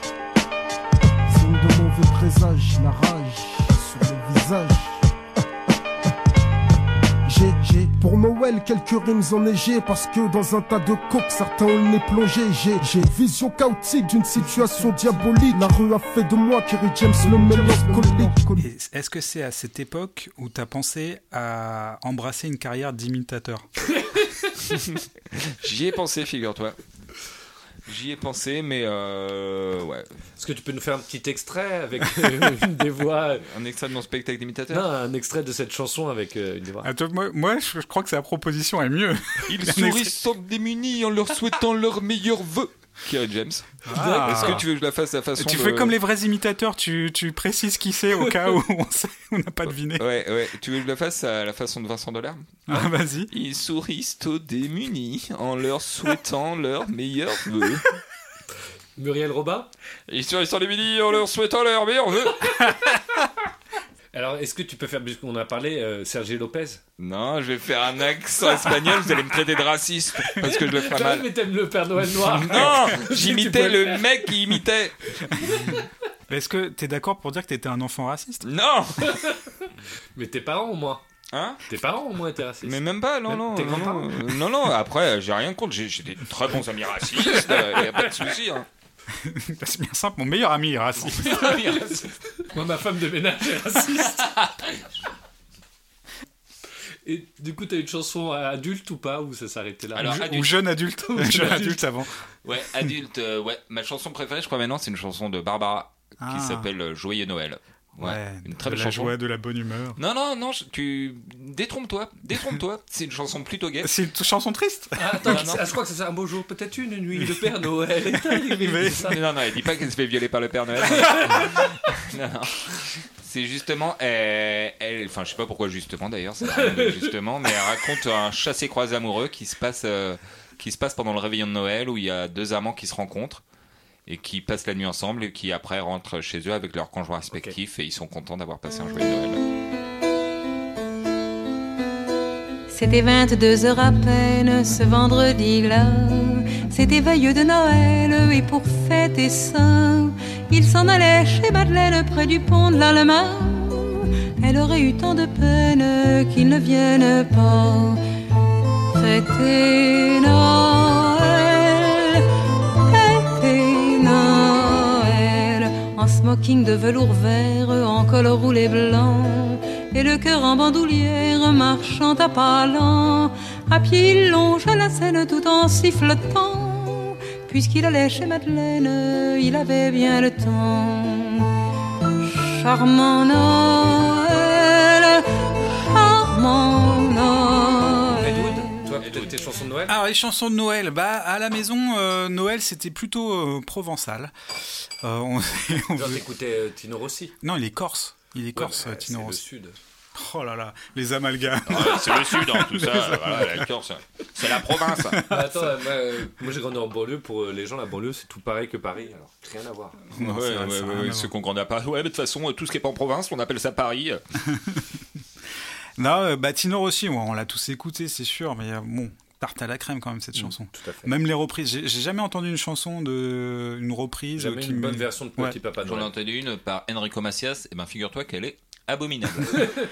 [SPEAKER 14] Signe de mauvais présages, la rage sur le visage. GG. Pour Noël, quelques rimes enneigées parce que dans un tas de coques, certains on est plongé. J'ai vision chaotique d'une situation diabolique. La rue a fait de moi Kerry James le mélancolique.
[SPEAKER 5] Et Est-ce que c'est à cette époque où t'as pensé à embrasser une carrière d'imitateur
[SPEAKER 3] J'y ai pensé, figure-toi. J'y ai pensé, mais euh, ouais.
[SPEAKER 4] Est-ce que tu peux nous faire un petit extrait avec euh, des voix
[SPEAKER 3] Un extrait de mon spectacle
[SPEAKER 4] Non,
[SPEAKER 3] d'imitateur
[SPEAKER 4] un extrait de cette chanson avec euh, une des voix.
[SPEAKER 5] Attends, Ah, moi, moi, je, je crois que sa proposition est mieux.
[SPEAKER 3] Ils
[SPEAKER 5] Un
[SPEAKER 3] sourient
[SPEAKER 5] extrait.
[SPEAKER 3] sans démunis en leur souhaitant leurs meilleurs vœux. Kerry James.
[SPEAKER 5] Ah.
[SPEAKER 3] Est-ce que tu veux que je la fasse de la façon
[SPEAKER 5] tu
[SPEAKER 3] de-
[SPEAKER 5] fais comme les vrais imitateurs, tu, tu précises qui c'est au cas où on sait- on n'a pas deviné.
[SPEAKER 3] Ouais, ouais. Tu veux que je la fasse à la façon de Vincent Delerme
[SPEAKER 5] Ah, vas-y.
[SPEAKER 3] Ils sourient aux démunis en leur souhaitant leurs meilleurs vœux.
[SPEAKER 4] Muriel Robin
[SPEAKER 3] Ils sourient sans démunis en leur souhaitant leurs meilleurs vœux.
[SPEAKER 4] Alors, est-ce que tu peux faire, puisqu'on a parlé, euh, Sergio Lopez
[SPEAKER 3] Non, je vais faire un accent espagnol, vous allez me traiter de raciste parce que je le ferai
[SPEAKER 4] T'as
[SPEAKER 3] mal.
[SPEAKER 4] mais t'aimes le Père Noël noir
[SPEAKER 3] Non,
[SPEAKER 4] Tu peux
[SPEAKER 3] j'imitais
[SPEAKER 4] le
[SPEAKER 3] le mec qui imitait.
[SPEAKER 5] Mais Est-ce que t'es d'accord pour dire que t'étais un enfant raciste
[SPEAKER 3] Non
[SPEAKER 4] Mais tes parents, au moins.
[SPEAKER 3] Hein
[SPEAKER 4] Tes parents, au moins, étaient racistes.
[SPEAKER 3] Mais même pas, non,
[SPEAKER 4] Même
[SPEAKER 3] non.
[SPEAKER 4] Euh, tes
[SPEAKER 3] non,
[SPEAKER 4] grands-parents
[SPEAKER 3] non, non, non, après, j'ai rien contre. J'ai j'ai des très bons amis racistes, il a euh, pas de souci. hein.
[SPEAKER 5] C'est bien simple, mon meilleur ami est raciste.
[SPEAKER 15] Moi, ma femme de ménage est raciste. Et du coup, t'as une chanson adulte ou pas Ou ça s'arrêtait là
[SPEAKER 4] Ah,
[SPEAKER 5] Ou je- ou jeune adulte.
[SPEAKER 15] Ou
[SPEAKER 5] jeune adulte avant.
[SPEAKER 3] Ouais, adulte, euh, ouais. Ma chanson préférée, je crois maintenant, c'est une chanson de Barbara
[SPEAKER 5] Ah.
[SPEAKER 3] qui s'appelle euh, Joyeux Noël. Ouais, une très
[SPEAKER 5] de
[SPEAKER 3] belle
[SPEAKER 5] la
[SPEAKER 3] chanson.
[SPEAKER 5] joie, de la bonne humeur.
[SPEAKER 3] Non, non, non, je- tu. Détrompe-toi, détrompe-toi. C'est une chanson plutôt gay.
[SPEAKER 5] C'est une chanson triste.
[SPEAKER 15] Attends, ah, je crois que c'est un beau jour, peut-être une nuit. Le Père Noël est arrivé. Ça,
[SPEAKER 3] Non, non, elle dit pas qu'elle se fait violer par le Père Noël. non, non. C'est justement, euh, elle, enfin, je sais pas pourquoi justement d'ailleurs, ça n'a rien de justement, mais elle raconte un chassé-croisé amoureux qui se passe, euh, qui se passe pendant le réveillon de Noël où il y a deux amants qui se rencontrent et qui passent la nuit ensemble et qui après rentrent chez eux avec leurs conjoints respectifs et ils sont contents d'avoir passé un joyeux Noël.
[SPEAKER 7] C'était 22 heures à peine ce vendredi-là. C'était veilleux de Noël et pour fêter ça, il s'en allait chez Madeleine près du pont de l'Allemagne. Elle aurait eu tant de peine qu'il ne vienne pas fêter Noël. Fêter Noël en smoking de velours vert, en col roulé blanc et le cœur en bandoulière, marchant à pas lents, à pied longe à la Seine tout en sifflotant. Puisqu'il allait chez Madeleine, il avait bien le temps. Charmant Noël, charmant Noël.
[SPEAKER 4] Toi, peut-être tes chansons de Noël
[SPEAKER 5] Alors les chansons Ah de Noël, bah à la maison euh, Noël c'était plutôt euh, provençal. Euh, on- on
[SPEAKER 4] Genre,
[SPEAKER 5] faisait-
[SPEAKER 4] t'écoutais euh, Tino Rossi.
[SPEAKER 5] Non, il est corse. Il est
[SPEAKER 4] Ouais,
[SPEAKER 5] corse,
[SPEAKER 4] bah,
[SPEAKER 5] Tino
[SPEAKER 4] c'est
[SPEAKER 5] Rossi.
[SPEAKER 4] le sud.
[SPEAKER 5] Oh là là, les amalgames.
[SPEAKER 3] c'est le sud, hein, tout ça,
[SPEAKER 5] Les
[SPEAKER 3] voilà, la Corse, c'est la province.
[SPEAKER 4] Ah,
[SPEAKER 15] Bah,
[SPEAKER 4] attends, euh, moi, euh, moi j'ai grandi en banlieue. Pour euh, les gens, la banlieue, c'est tout pareil que Paris. Alors, rien à voir.
[SPEAKER 5] Non,
[SPEAKER 3] ouais,
[SPEAKER 5] c'est vrai,
[SPEAKER 3] ouais,
[SPEAKER 5] ça a
[SPEAKER 3] ouais,
[SPEAKER 5] rien à
[SPEAKER 3] ouais, ceux qu'on condamne pas. Ouais, mais de toute façon, euh, tout ce qui est pas en province, on appelle ça Paris.
[SPEAKER 5] Non, euh, bah, Tino Rossi, ouais, on l'a tous écouté, c'est sûr, mais euh, bon, tarte à la crème quand même
[SPEAKER 3] Mm,
[SPEAKER 5] cette chanson. Même les reprises, j'ai j'ai jamais entendu une chanson de une reprise euh, qui me- Ouais.
[SPEAKER 3] J'en ai entendu une par Enrico Macias, et ben figure-toi qu'elle est abominable.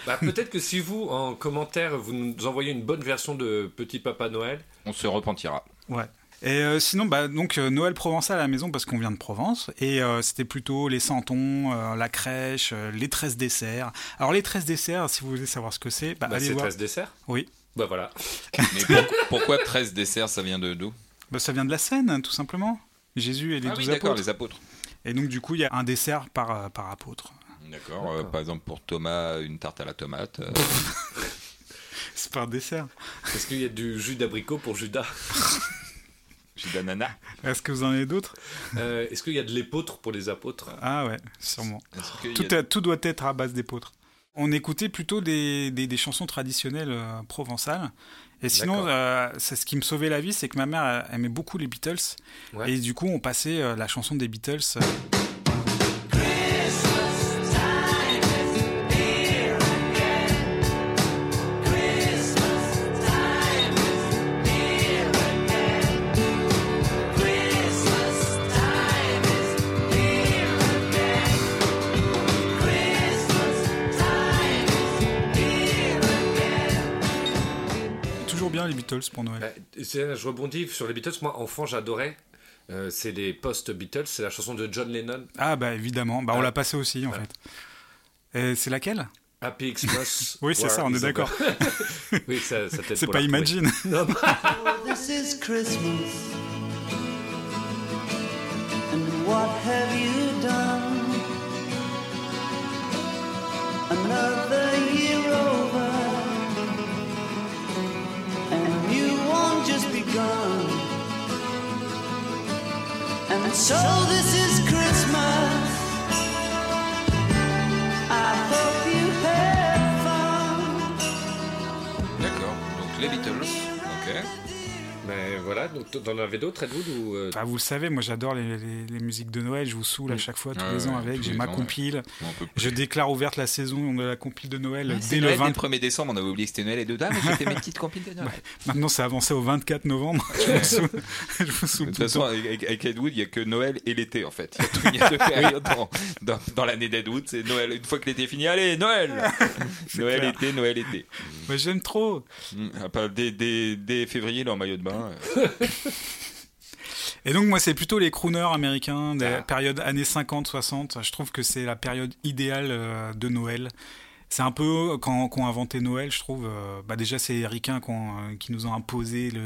[SPEAKER 4] Bah, peut-être que si vous, en commentaire, vous nous envoyez une bonne version de Petit Papa Noël,
[SPEAKER 3] on se repentira.
[SPEAKER 5] Ouais. Et euh, sinon, bah, donc euh, Noël provençal à la maison parce qu'on vient de Provence. Et euh, c'était plutôt les santons, euh, la crèche, euh, les 13 desserts. Alors les 13 desserts, si vous voulez savoir ce que c'est, bah,
[SPEAKER 4] Bah,
[SPEAKER 5] allez
[SPEAKER 4] c'est
[SPEAKER 5] voir.
[SPEAKER 4] 13 desserts
[SPEAKER 5] Oui.
[SPEAKER 4] Bah voilà.
[SPEAKER 3] Mais pour- pourquoi 13 desserts, ça vient de d'où
[SPEAKER 5] Bah, ça vient de la Seine, hein, tout simplement. Jésus et les
[SPEAKER 3] Ah oui,
[SPEAKER 5] douze
[SPEAKER 3] d'accord,
[SPEAKER 5] apôtres.
[SPEAKER 3] les apôtres.
[SPEAKER 5] Et donc du coup, il y a un dessert par, euh, par apôtre.
[SPEAKER 3] D'accord, euh, par exemple pour Thomas, une tarte à la tomate. euh.
[SPEAKER 5] C'est par dessert.
[SPEAKER 4] Est-ce qu'il y a du jus d'abricot pour Judas
[SPEAKER 3] Jus d'ananas
[SPEAKER 5] Est-ce que vous en avez d'autres
[SPEAKER 4] Euh, Est-ce qu'il y a de l'épôtre pour les apôtres
[SPEAKER 5] Ah ouais, sûrement.
[SPEAKER 4] Est-ce qu'il y a-
[SPEAKER 5] Tout, a- tout doit être à base d'épeautres. On écoutait plutôt des, des- des chansons traditionnelles euh, provençales. Et sinon, euh, c'est ce qui me sauvait la vie, c'est que ma mère elle aimait beaucoup les Beatles.
[SPEAKER 4] Ouais.
[SPEAKER 5] Et du coup, on passait euh, la chanson des Beatles. euh, toujours bien les Beatles pour Noël.
[SPEAKER 4] Et Bah, c'est- Je rebondis sur les Beatles. Moi, enfant, j'adorais. Euh, c'est les post-Beatles. C'est la chanson de John Lennon.
[SPEAKER 5] Ah bah évidemment, bah, on
[SPEAKER 4] Ah.
[SPEAKER 5] l'a passée aussi en fait. Et c'est laquelle
[SPEAKER 4] Happy Xmas.
[SPEAKER 5] Oui, c'est ça, on est
[SPEAKER 4] Where is
[SPEAKER 5] d'accord.
[SPEAKER 4] over. oui, ça, ça t'aide
[SPEAKER 5] C'est
[SPEAKER 4] pour
[SPEAKER 5] pas
[SPEAKER 4] la retrouver.
[SPEAKER 5] Imagine.
[SPEAKER 4] Non, non.
[SPEAKER 16] This is Christmas. And what have you done? Another year over. And you won't just be gone. And so this is Christmas. I hope you have fun.
[SPEAKER 3] D'accord, donc les Beatles. Ok.
[SPEAKER 4] Mais voilà, donc t- t'en avais d'autres, Edwood ou euh,
[SPEAKER 5] Bah, vous le savez, moi j'adore les, les- les musiques de Noël, je vous saoule à chaque fois, tous
[SPEAKER 3] Ah Ouais,
[SPEAKER 5] les ans
[SPEAKER 3] ouais,
[SPEAKER 5] avec,
[SPEAKER 3] tous
[SPEAKER 5] j'ai
[SPEAKER 3] les
[SPEAKER 5] ma
[SPEAKER 3] ans, ouais.
[SPEAKER 5] compile,
[SPEAKER 3] On peut
[SPEAKER 5] je déclare ouverte la saison de la compile de Noël
[SPEAKER 3] Ah,
[SPEAKER 5] dès
[SPEAKER 3] c'est
[SPEAKER 5] le
[SPEAKER 3] Noël, dès
[SPEAKER 5] 20...
[SPEAKER 3] le 1er décembre, on avait oublié que c'était Noël et deux dames, j'ai fait mes petites compiles de Noël.
[SPEAKER 5] Maintenant c'est avancé au 24 novembre, je vous saoule, je vous saoule
[SPEAKER 3] De toute
[SPEAKER 5] tout le
[SPEAKER 3] façon,
[SPEAKER 5] temps.
[SPEAKER 3] avec, avec- avec Edwood, il n'y a que Noël et l'été en fait. Il y a tout- Il y, a deux périodes dans, dans- dans l'année d'Edwood, c'est Noël. Une fois que l'été est fini, allez, Noël Noël,
[SPEAKER 5] clair.
[SPEAKER 3] été, Noël, été.
[SPEAKER 5] Mais j'aime trop
[SPEAKER 3] Mm, à part dès, dès- dès février, là, en maillot de bain. euh.
[SPEAKER 5] Et donc, moi, c'est plutôt les crooners américains des
[SPEAKER 4] Ah.
[SPEAKER 5] périodes années 50-60. Je trouve que c'est la période idéale euh, de Noël. C'est un peu euh, quand, quand on a inventé Noël, je trouve. euh, bah déjà, c'est les Ricains qui, ont, euh, qui nous ont imposé le,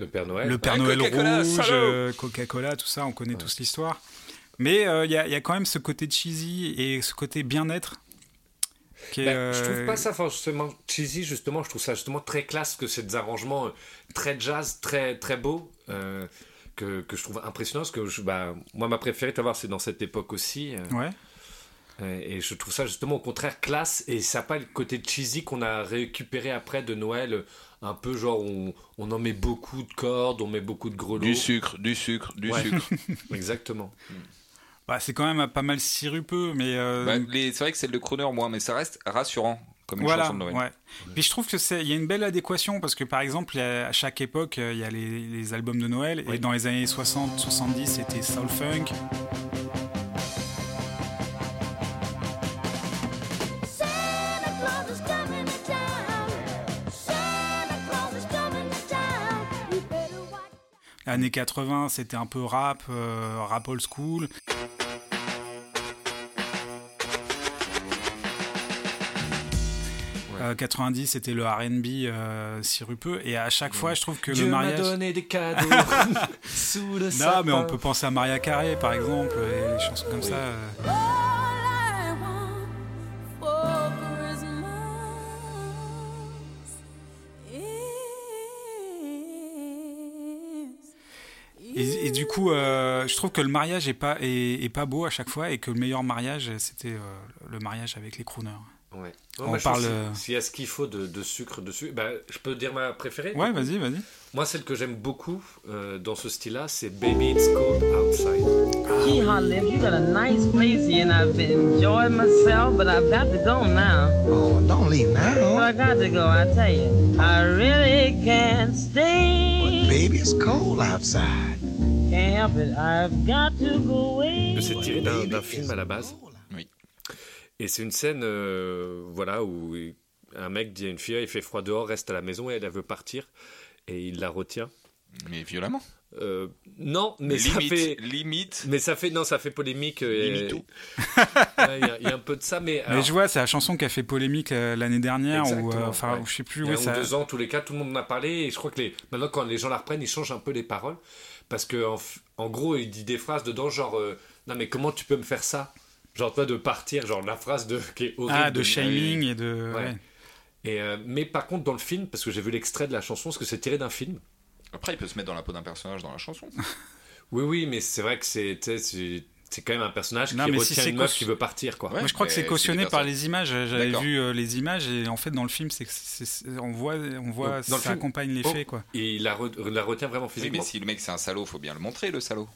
[SPEAKER 4] Le Père Noël.
[SPEAKER 5] le Père
[SPEAKER 4] Ouais, bah,
[SPEAKER 5] Noël
[SPEAKER 4] Coca-Cola,
[SPEAKER 5] rouge,
[SPEAKER 4] salaud
[SPEAKER 5] euh, Coca-Cola, tout ça, on connaît tous l'histoire. Mais euh, il y, a- il y a quand même ce côté cheesy et ce côté bien-être. qui est,
[SPEAKER 4] Ben, Je trouve
[SPEAKER 5] euh,
[SPEAKER 4] pas ça forcément cheesy, justement. Je trouve ça justement très classe que c'est des arrangements euh, très jazz, très, très beaux, euh, que, que je trouve impressionnant. Parce que je- bah, moi, ma préférée, t'as voir, c'est dans cette époque aussi. euh,
[SPEAKER 5] Ouais.
[SPEAKER 4] euh, Et je trouve ça justement au contraire classe et ça n'a pas le côté cheesy qu'on a récupéré après de Noël, euh, un peu genre on, on en met beaucoup de cordes, on met beaucoup de grelots.
[SPEAKER 3] Du sucre, du sucre, du
[SPEAKER 4] Ouais.
[SPEAKER 3] sucre.
[SPEAKER 4] Exactement.
[SPEAKER 5] bah, c'est quand même pas mal sirupeux, mais. euh,
[SPEAKER 3] Bah, les- c'est vrai que c'est le crooner, moi, mais ça reste rassurant comme une
[SPEAKER 5] voilà,
[SPEAKER 3] chanson de Noël.
[SPEAKER 5] ouais. Puis je trouve que c'est, il y a une belle adéquation parce que par exemple, il y a- à chaque époque, euh, il y a les, les albums de Noël et dans les années 60, 70, c'était soul funk.
[SPEAKER 16] Santa Claus is coming to town. Santa Claus is coming to town. You better watch.
[SPEAKER 5] Années 80, c'était un peu rap, euh, rap old school. Euh, 90, c'était le R&B euh, sirupeux et à chaque fois, je trouve que
[SPEAKER 4] Dieu
[SPEAKER 5] le
[SPEAKER 4] m'a
[SPEAKER 5] mariage.
[SPEAKER 4] donné des cadeaux sous le
[SPEAKER 5] non,
[SPEAKER 4] sapin.
[SPEAKER 5] mais on peut penser à Maria Carey par exemple et les chansons comme ça. euh.
[SPEAKER 16] For Christmas is
[SPEAKER 5] Et, et du coup, euh, je trouve que le mariage est pas est, est pas beau à chaque fois et que le meilleur mariage, c'était euh, le mariage avec les crooners.
[SPEAKER 4] Ouais.
[SPEAKER 5] on parle. euh,
[SPEAKER 4] S'il y a ce qu'il faut de, de sucre dessus, bah, je peux dire ma préférée.
[SPEAKER 5] Ouais, vas-y, vas-y.
[SPEAKER 4] Moi, celle que j'aime beaucoup euh, dans ce style-là, c'est Baby It's Cold Outside.
[SPEAKER 17] Gee, hon, live, you got a nice place here, and I've enjoyed myself, but I've got to go now. Oh, don't leave now. I got to go, I tell you. I really can't stay. baby, it's cold outside. Can't help it, I've got to go away.
[SPEAKER 4] Que C'est tiré d'un d'un film à la base. Oui. Et c'est une scène euh, voilà, où il- un mec dit à une fille il fait froid dehors, reste à la maison, et elle, elle veut partir. Et il la retient.
[SPEAKER 3] Mais violemment.
[SPEAKER 4] Euh, non, mais
[SPEAKER 3] Limite,
[SPEAKER 4] ça fait limite. Mais ça fait non, ça fait polémique. euh, Ouais, Il y a- il y, a un peu de ça, mais,
[SPEAKER 5] Mais
[SPEAKER 4] alors-
[SPEAKER 5] je vois, c'est la chanson qui a fait polémique euh, l'année dernière ou euh,
[SPEAKER 4] Exactement,
[SPEAKER 5] enfin,
[SPEAKER 4] ouais.
[SPEAKER 5] ou je sais plus.
[SPEAKER 4] Il y a
[SPEAKER 5] ouais,
[SPEAKER 4] un ou
[SPEAKER 5] ça-
[SPEAKER 4] deux ans, tous les cas, tout le monde en a parlé. Et je crois que les... maintenant, quand les gens la reprennent, ils changent un peu les paroles. Parce que en, f- en gros, il dit des phrases dedans, genre euh, Non, mais comment tu peux me faire ça Genre, toi, de partir, genre la phrase de... qui est horrible.
[SPEAKER 5] Ah, de shaming et de.
[SPEAKER 4] Ouais.
[SPEAKER 5] ouais.
[SPEAKER 4] Et, euh, mais par contre, dans le film, parce que j'ai vu l'extrait de la chanson, parce que c'est tiré d'un film.
[SPEAKER 3] Après, il peut se mettre dans la peau d'un personnage dans la chanson.
[SPEAKER 4] Oui, oui, mais c'est vrai que c'est. tu sais, C'est c'est quand même un personnage
[SPEAKER 5] Non,
[SPEAKER 4] qui
[SPEAKER 5] mais si
[SPEAKER 4] retient
[SPEAKER 5] c'est
[SPEAKER 4] une meuf
[SPEAKER 5] caution-
[SPEAKER 4] qui veut partir, quoi.
[SPEAKER 5] Moi, je crois que c'est cautionné par les images. J'avais
[SPEAKER 4] D'accord.
[SPEAKER 5] vu euh, les images et en fait, dans le film, c'est que c'est- c'est- on voit, on voit,
[SPEAKER 4] Donc, dans le
[SPEAKER 5] ça
[SPEAKER 4] film-
[SPEAKER 5] accompagne les
[SPEAKER 4] Oh.
[SPEAKER 5] faits, quoi.
[SPEAKER 4] Et il la, re- la retient vraiment physiquement.
[SPEAKER 3] mais si le mec c'est un salaud, faut bien le montrer, le salaud.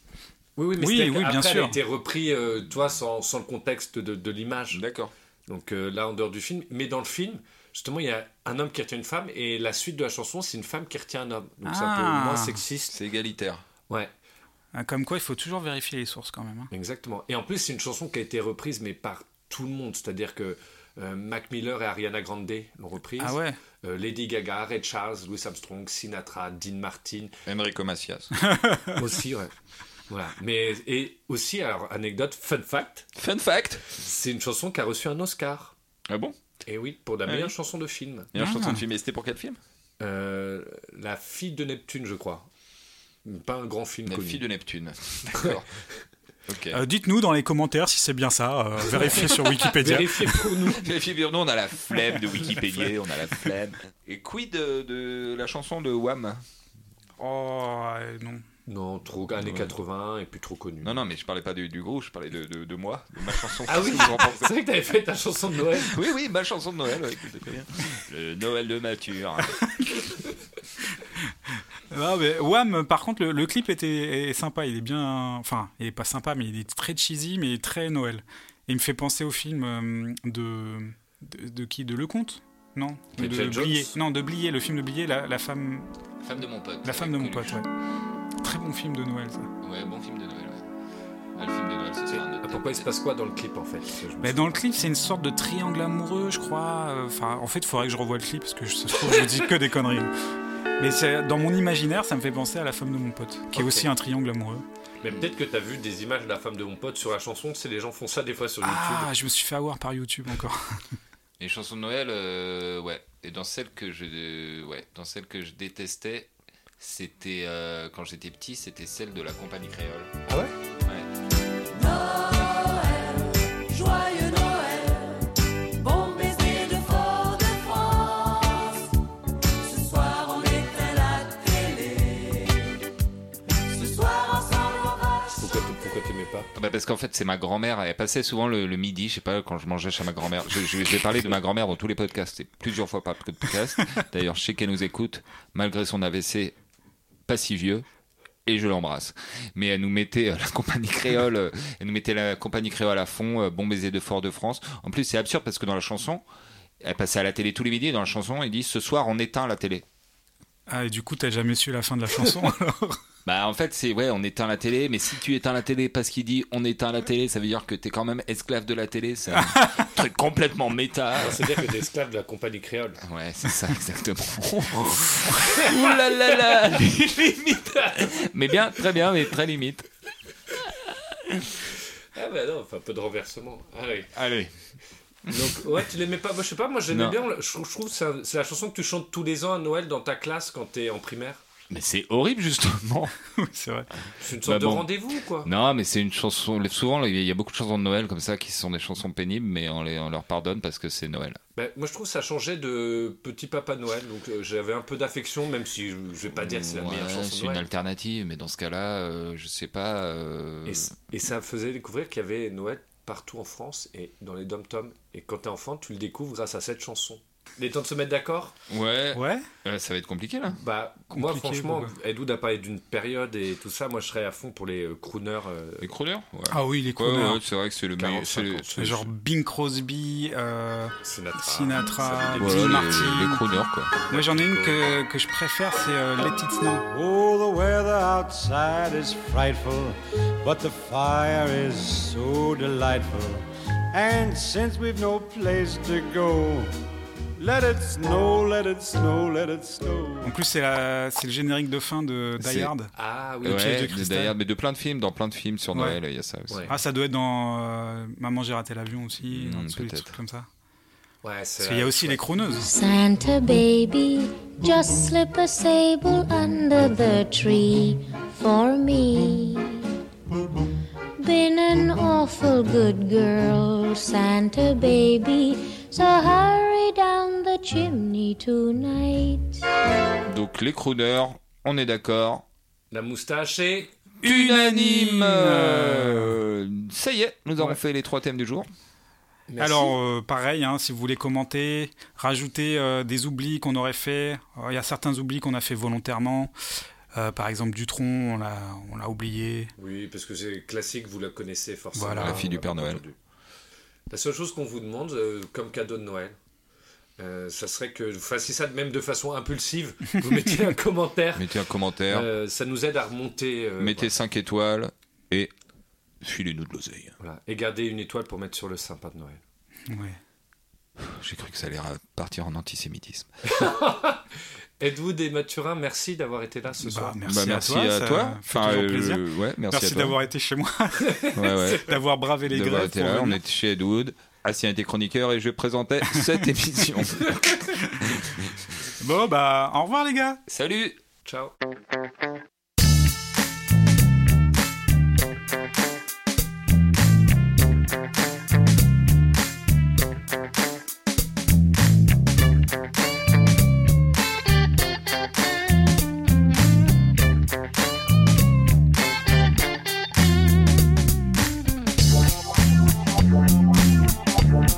[SPEAKER 4] Oui, oui, mais
[SPEAKER 5] Oui,
[SPEAKER 4] c'est-à-dire
[SPEAKER 5] oui,
[SPEAKER 4] qu'après,
[SPEAKER 5] bien sûr.
[SPEAKER 4] Elle a été repris, euh, toi, sans, sans le contexte de, de l'image.
[SPEAKER 3] D'accord.
[SPEAKER 4] Donc euh, là, en dehors du film. Mais dans le film, justement, il y a un homme qui retient une femme et la suite de la chanson, c'est une femme qui retient un homme. Donc c'est un
[SPEAKER 5] Ah.
[SPEAKER 4] peu moins sexiste.
[SPEAKER 3] C'est égalitaire.
[SPEAKER 4] Ouais,
[SPEAKER 5] Ah, Comme quoi, il faut toujours vérifier les sources quand même. hein.
[SPEAKER 4] exactement. Et en plus, c'est une chanson qui a été reprise, mais par tout le monde. C'est-à-dire que euh, Mac Miller et Ariana Grande l'ont reprise.
[SPEAKER 5] Ah ouais.
[SPEAKER 4] Euh, Lady Gaga, Ray Charles, Louis Armstrong, Sinatra, Dean Martin.
[SPEAKER 3] Enrico Macias.
[SPEAKER 4] aussi, ouais. Voilà. Mais, et aussi, alors, anecdote, fun fact.
[SPEAKER 3] Fun fact.
[SPEAKER 4] C'est une chanson qui a reçu un Oscar.
[SPEAKER 3] Ah bon
[SPEAKER 4] Et Eh oui, pour la
[SPEAKER 3] Ah
[SPEAKER 4] meilleure
[SPEAKER 3] oui.
[SPEAKER 4] chanson de film.
[SPEAKER 3] Meilleure Ah. chanson de film. Et c'était pour quel film
[SPEAKER 4] Euh, La fille de Neptune, je crois. Pas un grand film
[SPEAKER 3] La
[SPEAKER 4] connu.
[SPEAKER 3] fille de Neptune. D'accord. ok.
[SPEAKER 5] Euh, Dites-nous dans les commentaires si c'est bien ça. euh, vérifiez sur Wikipédia.
[SPEAKER 4] Vérifiez pour nous.
[SPEAKER 3] Vérifiez pour nous, on a la flemme de Wikipédia, on a la flemme. Et quid de, de la chanson de Wham
[SPEAKER 5] Oh non.
[SPEAKER 4] Non, trop années
[SPEAKER 3] Ouais.
[SPEAKER 4] 80 et puis trop connu.
[SPEAKER 3] Non, non, mais je parlais pas du, du groupe, je parlais de, de, de moi, de ma chanson.
[SPEAKER 4] Ah oui,
[SPEAKER 3] Qu'est-ce que vous en pensez
[SPEAKER 4] c'est vrai que t'avais fait ta chanson de Noël.
[SPEAKER 3] Oui, oui, ma chanson de Noël, ouais, écoutez, très bien. Le Noël de hein. Mature.
[SPEAKER 5] Ah, mais Wham, par contre, le, le clip était est sympa. Il est bien. Enfin, il est pas sympa, mais il est très cheesy, mais très Noël. Et il me fait penser au film euh, de, de. de qui De Lecomte Non Ou
[SPEAKER 3] Indiana
[SPEAKER 5] de
[SPEAKER 3] Jones
[SPEAKER 5] Blier. Non, de Blier, le film de Blier, la, la femme.
[SPEAKER 3] Femme de mon pote.
[SPEAKER 5] La femme de mon pote, ouais. Très bon film de Noël, ça.
[SPEAKER 3] Ouais, bon film de Noël, ouais. le film de Noël, c'est ça.
[SPEAKER 4] Ah, Pourquoi il se passe quoi dans le clip en fait
[SPEAKER 5] Mais dans le clip, c'est une sorte de triangle amoureux, je crois. Enfin, en fait, il faudrait que je revoie le clip parce que je, ça se trouve, je dis que des conneries. hein. Mais c'est- dans mon imaginaire, ça me fait penser à la femme de mon pote, qui est aussi un triangle amoureux.
[SPEAKER 4] Mais peut-être que t'as vu des images de la femme de mon pote sur la chanson, c'est les gens font ça des fois sur YouTube.
[SPEAKER 5] Ah, je me suis fait avoir par YouTube encore.
[SPEAKER 3] Les chansons de Noël, euh, ouais. Et dans celle que je, euh, ouais, dans celle que je détestais, c'était euh, quand j'étais petit, c'était celle de la compagnie créole.
[SPEAKER 4] Ah ouais
[SPEAKER 16] Joyeux Noël, bon baiser de Fort-de-France. Ce soir on éteint la télé. Ce soir ensemble on va
[SPEAKER 4] Pourquoi, t- pourquoi t'aimais pas
[SPEAKER 3] Ah bah parce qu'en fait, c'est ma grand-mère. Elle passait souvent le, le midi, je sais pas, quand je mangeais chez ma grand-mère. Je, je, je vais parler de ma grand-mère dans tous les podcasts, et plusieurs fois par podcast. D'ailleurs, je sais qu'elle nous écoute, malgré son AVC, pas si vieux. Et je l'embrasse. Mais elle nous mettait euh, la compagnie créole, euh, elle nous mettait la compagnie créole à fond, euh, bon baiser de Fort-de-France. En plus, c'est absurde parce que dans la chanson, elle passait à la télé tous les midis. et Dans la chanson, il dit ce soir, on éteint la télé.
[SPEAKER 5] Ah, et du coup, t'as jamais su la fin de la chanson alors
[SPEAKER 3] Bah en fait c'est ouais on éteint la télé mais si tu éteins la télé parce qu'il dit on éteint la télé ça veut dire que t'es quand même esclave de la télé c'est un truc complètement méta
[SPEAKER 4] Non, C'est-à-dire que t'es esclave de la compagnie créole.
[SPEAKER 3] ouais c'est ça exactement Ouh là là là limite mais bien très bien mais très limite
[SPEAKER 4] Ah bah non, enfin, un peu de renversement. Ah oui.
[SPEAKER 3] allez
[SPEAKER 4] Donc, ouais, tu l'aimais pas. Moi, je sais pas, moi j'aimais
[SPEAKER 3] Non.
[SPEAKER 4] bien. Je, trouve- je trouve que c'est un- c'est la chanson que tu chantes tous les ans à Noël dans ta classe quand t'es en primaire.
[SPEAKER 3] mais c'est horrible justement
[SPEAKER 5] c'est vrai
[SPEAKER 4] C'est
[SPEAKER 3] Bah,
[SPEAKER 4] une sorte de rendez-vous, quoi.
[SPEAKER 3] non mais c'est une chanson souvent il y a beaucoup de chansons de Noël comme ça qui sont des chansons pénibles mais on, les, on leur pardonne parce que c'est Noël
[SPEAKER 4] Bah, moi, je trouve que ça changeait de Petit Papa Noël. Donc, euh, j'avais un peu d'affection, même si je, je vais pas dire que c'est la
[SPEAKER 3] Ouais,
[SPEAKER 4] meilleure chanson
[SPEAKER 3] c'est
[SPEAKER 4] de
[SPEAKER 3] une
[SPEAKER 4] Noël.
[SPEAKER 3] alternative mais dans ce cas là je sais pas euh,
[SPEAKER 4] Et, c- et ça faisait découvrir qu'il y avait Noël partout en France et dans les dom-toms. Et quand t'es enfant, tu le découvres grâce à cette chanson. Il est temps de se mettre d'accord
[SPEAKER 3] Ouais.
[SPEAKER 5] Ouais.
[SPEAKER 3] ça va être compliqué là.
[SPEAKER 4] Bah, moi, franchement, Edoud a parlé d'une période et tout ça. Moi, je serais à fond pour les euh, crooners.
[SPEAKER 3] Les crooners
[SPEAKER 5] Ah oui, les crooners.
[SPEAKER 3] c'est vrai que c'est le meilleur. c'est le- c'est-
[SPEAKER 5] Genre Bing Crosby, euh,
[SPEAKER 4] Sinatra,
[SPEAKER 5] Sinatra Dean
[SPEAKER 3] Voilà, les-
[SPEAKER 5] Martin.
[SPEAKER 3] les crooners, quoi.
[SPEAKER 5] Moi j'en ai une que, que je préfère, c'est euh, Let It Snow.
[SPEAKER 18] Oh, the weather outside is frightful, but the fire is so delightful. And since we've no place to go, let it snow, let it snow, let it snow.
[SPEAKER 5] En plus, c'est la- c'est le générique de fin de Die
[SPEAKER 3] c'est-
[SPEAKER 5] Hard.
[SPEAKER 4] Ah
[SPEAKER 3] Ouais,
[SPEAKER 5] Le piège de
[SPEAKER 3] de
[SPEAKER 5] cristal.
[SPEAKER 3] Die Hard, mais de plein de films, dans plein de films sur
[SPEAKER 5] Ouais.
[SPEAKER 3] Noël, il y a ça aussi.
[SPEAKER 5] Ah, ça doit être dans euh, Maman, j'ai raté l'avion aussi, dans tous les
[SPEAKER 3] Hmm, peut-être.
[SPEAKER 5] trucs comme ça.
[SPEAKER 4] Ouais,
[SPEAKER 5] Parce qu'il y a aussi les chroneuses.
[SPEAKER 10] Santa baby, just slip a sable under the tree for me. Been an awful good girl, Santa baby, so hurry down the chimney tonight.
[SPEAKER 3] Donc les crooners, on est d'accord.
[SPEAKER 4] La moustache est
[SPEAKER 3] unanime. Euh, ça y est, nous avons fait les trois thèmes du jour.
[SPEAKER 5] Alors, euh, pareil, hein, si vous voulez commenter, rajouter euh, des oublis qu'on aurait fait. Euh, Il y a certains oublis qu'on a fait volontairement. Euh, par exemple, Dutron, on l'a on l'a oublié.
[SPEAKER 4] Oui, parce que c'est classique, vous la connaissez forcément.
[SPEAKER 5] Voilà. La fille
[SPEAKER 4] On
[SPEAKER 5] du
[SPEAKER 4] l'a
[SPEAKER 5] Père
[SPEAKER 4] pas
[SPEAKER 5] Noël.
[SPEAKER 4] entendue. La seule chose qu'on vous demande euh, comme cadeau de Noël, euh, ça serait que vous fassiez ça de même de façon impulsive. Vous mettez un commentaire.
[SPEAKER 3] Mettez un commentaire,
[SPEAKER 4] Euh, ça nous aide à remonter. euh,
[SPEAKER 3] mettez 5 étoiles et filez-nous de l'oseille.
[SPEAKER 4] voilà. Et gardez une étoile pour mettre sur le sympa de Noël.
[SPEAKER 5] Ouais.
[SPEAKER 3] J'ai cru que ça allait ra- partir en antisémitisme.
[SPEAKER 4] Edwood et Mathurin, merci d'avoir été là ce soir.
[SPEAKER 5] Merci,
[SPEAKER 3] Bah,
[SPEAKER 5] à
[SPEAKER 3] merci
[SPEAKER 5] toi,
[SPEAKER 3] à
[SPEAKER 5] ça
[SPEAKER 3] toi.
[SPEAKER 5] fait
[SPEAKER 3] Enfin,
[SPEAKER 5] toujours
[SPEAKER 3] euh,
[SPEAKER 5] plaisir.
[SPEAKER 3] ouais, merci à toi.
[SPEAKER 5] d'avoir été chez moi,
[SPEAKER 3] Ouais, ouais.
[SPEAKER 5] d'avoir bravé les
[SPEAKER 3] D'avoir
[SPEAKER 5] grèves.
[SPEAKER 3] été
[SPEAKER 5] pour
[SPEAKER 3] là, on
[SPEAKER 5] venir.
[SPEAKER 3] était chez Ed Wood. Ancien était chroniqueur et je présentais cette émission.
[SPEAKER 5] Bon, bah, au revoir les gars
[SPEAKER 3] Salut
[SPEAKER 4] Ciao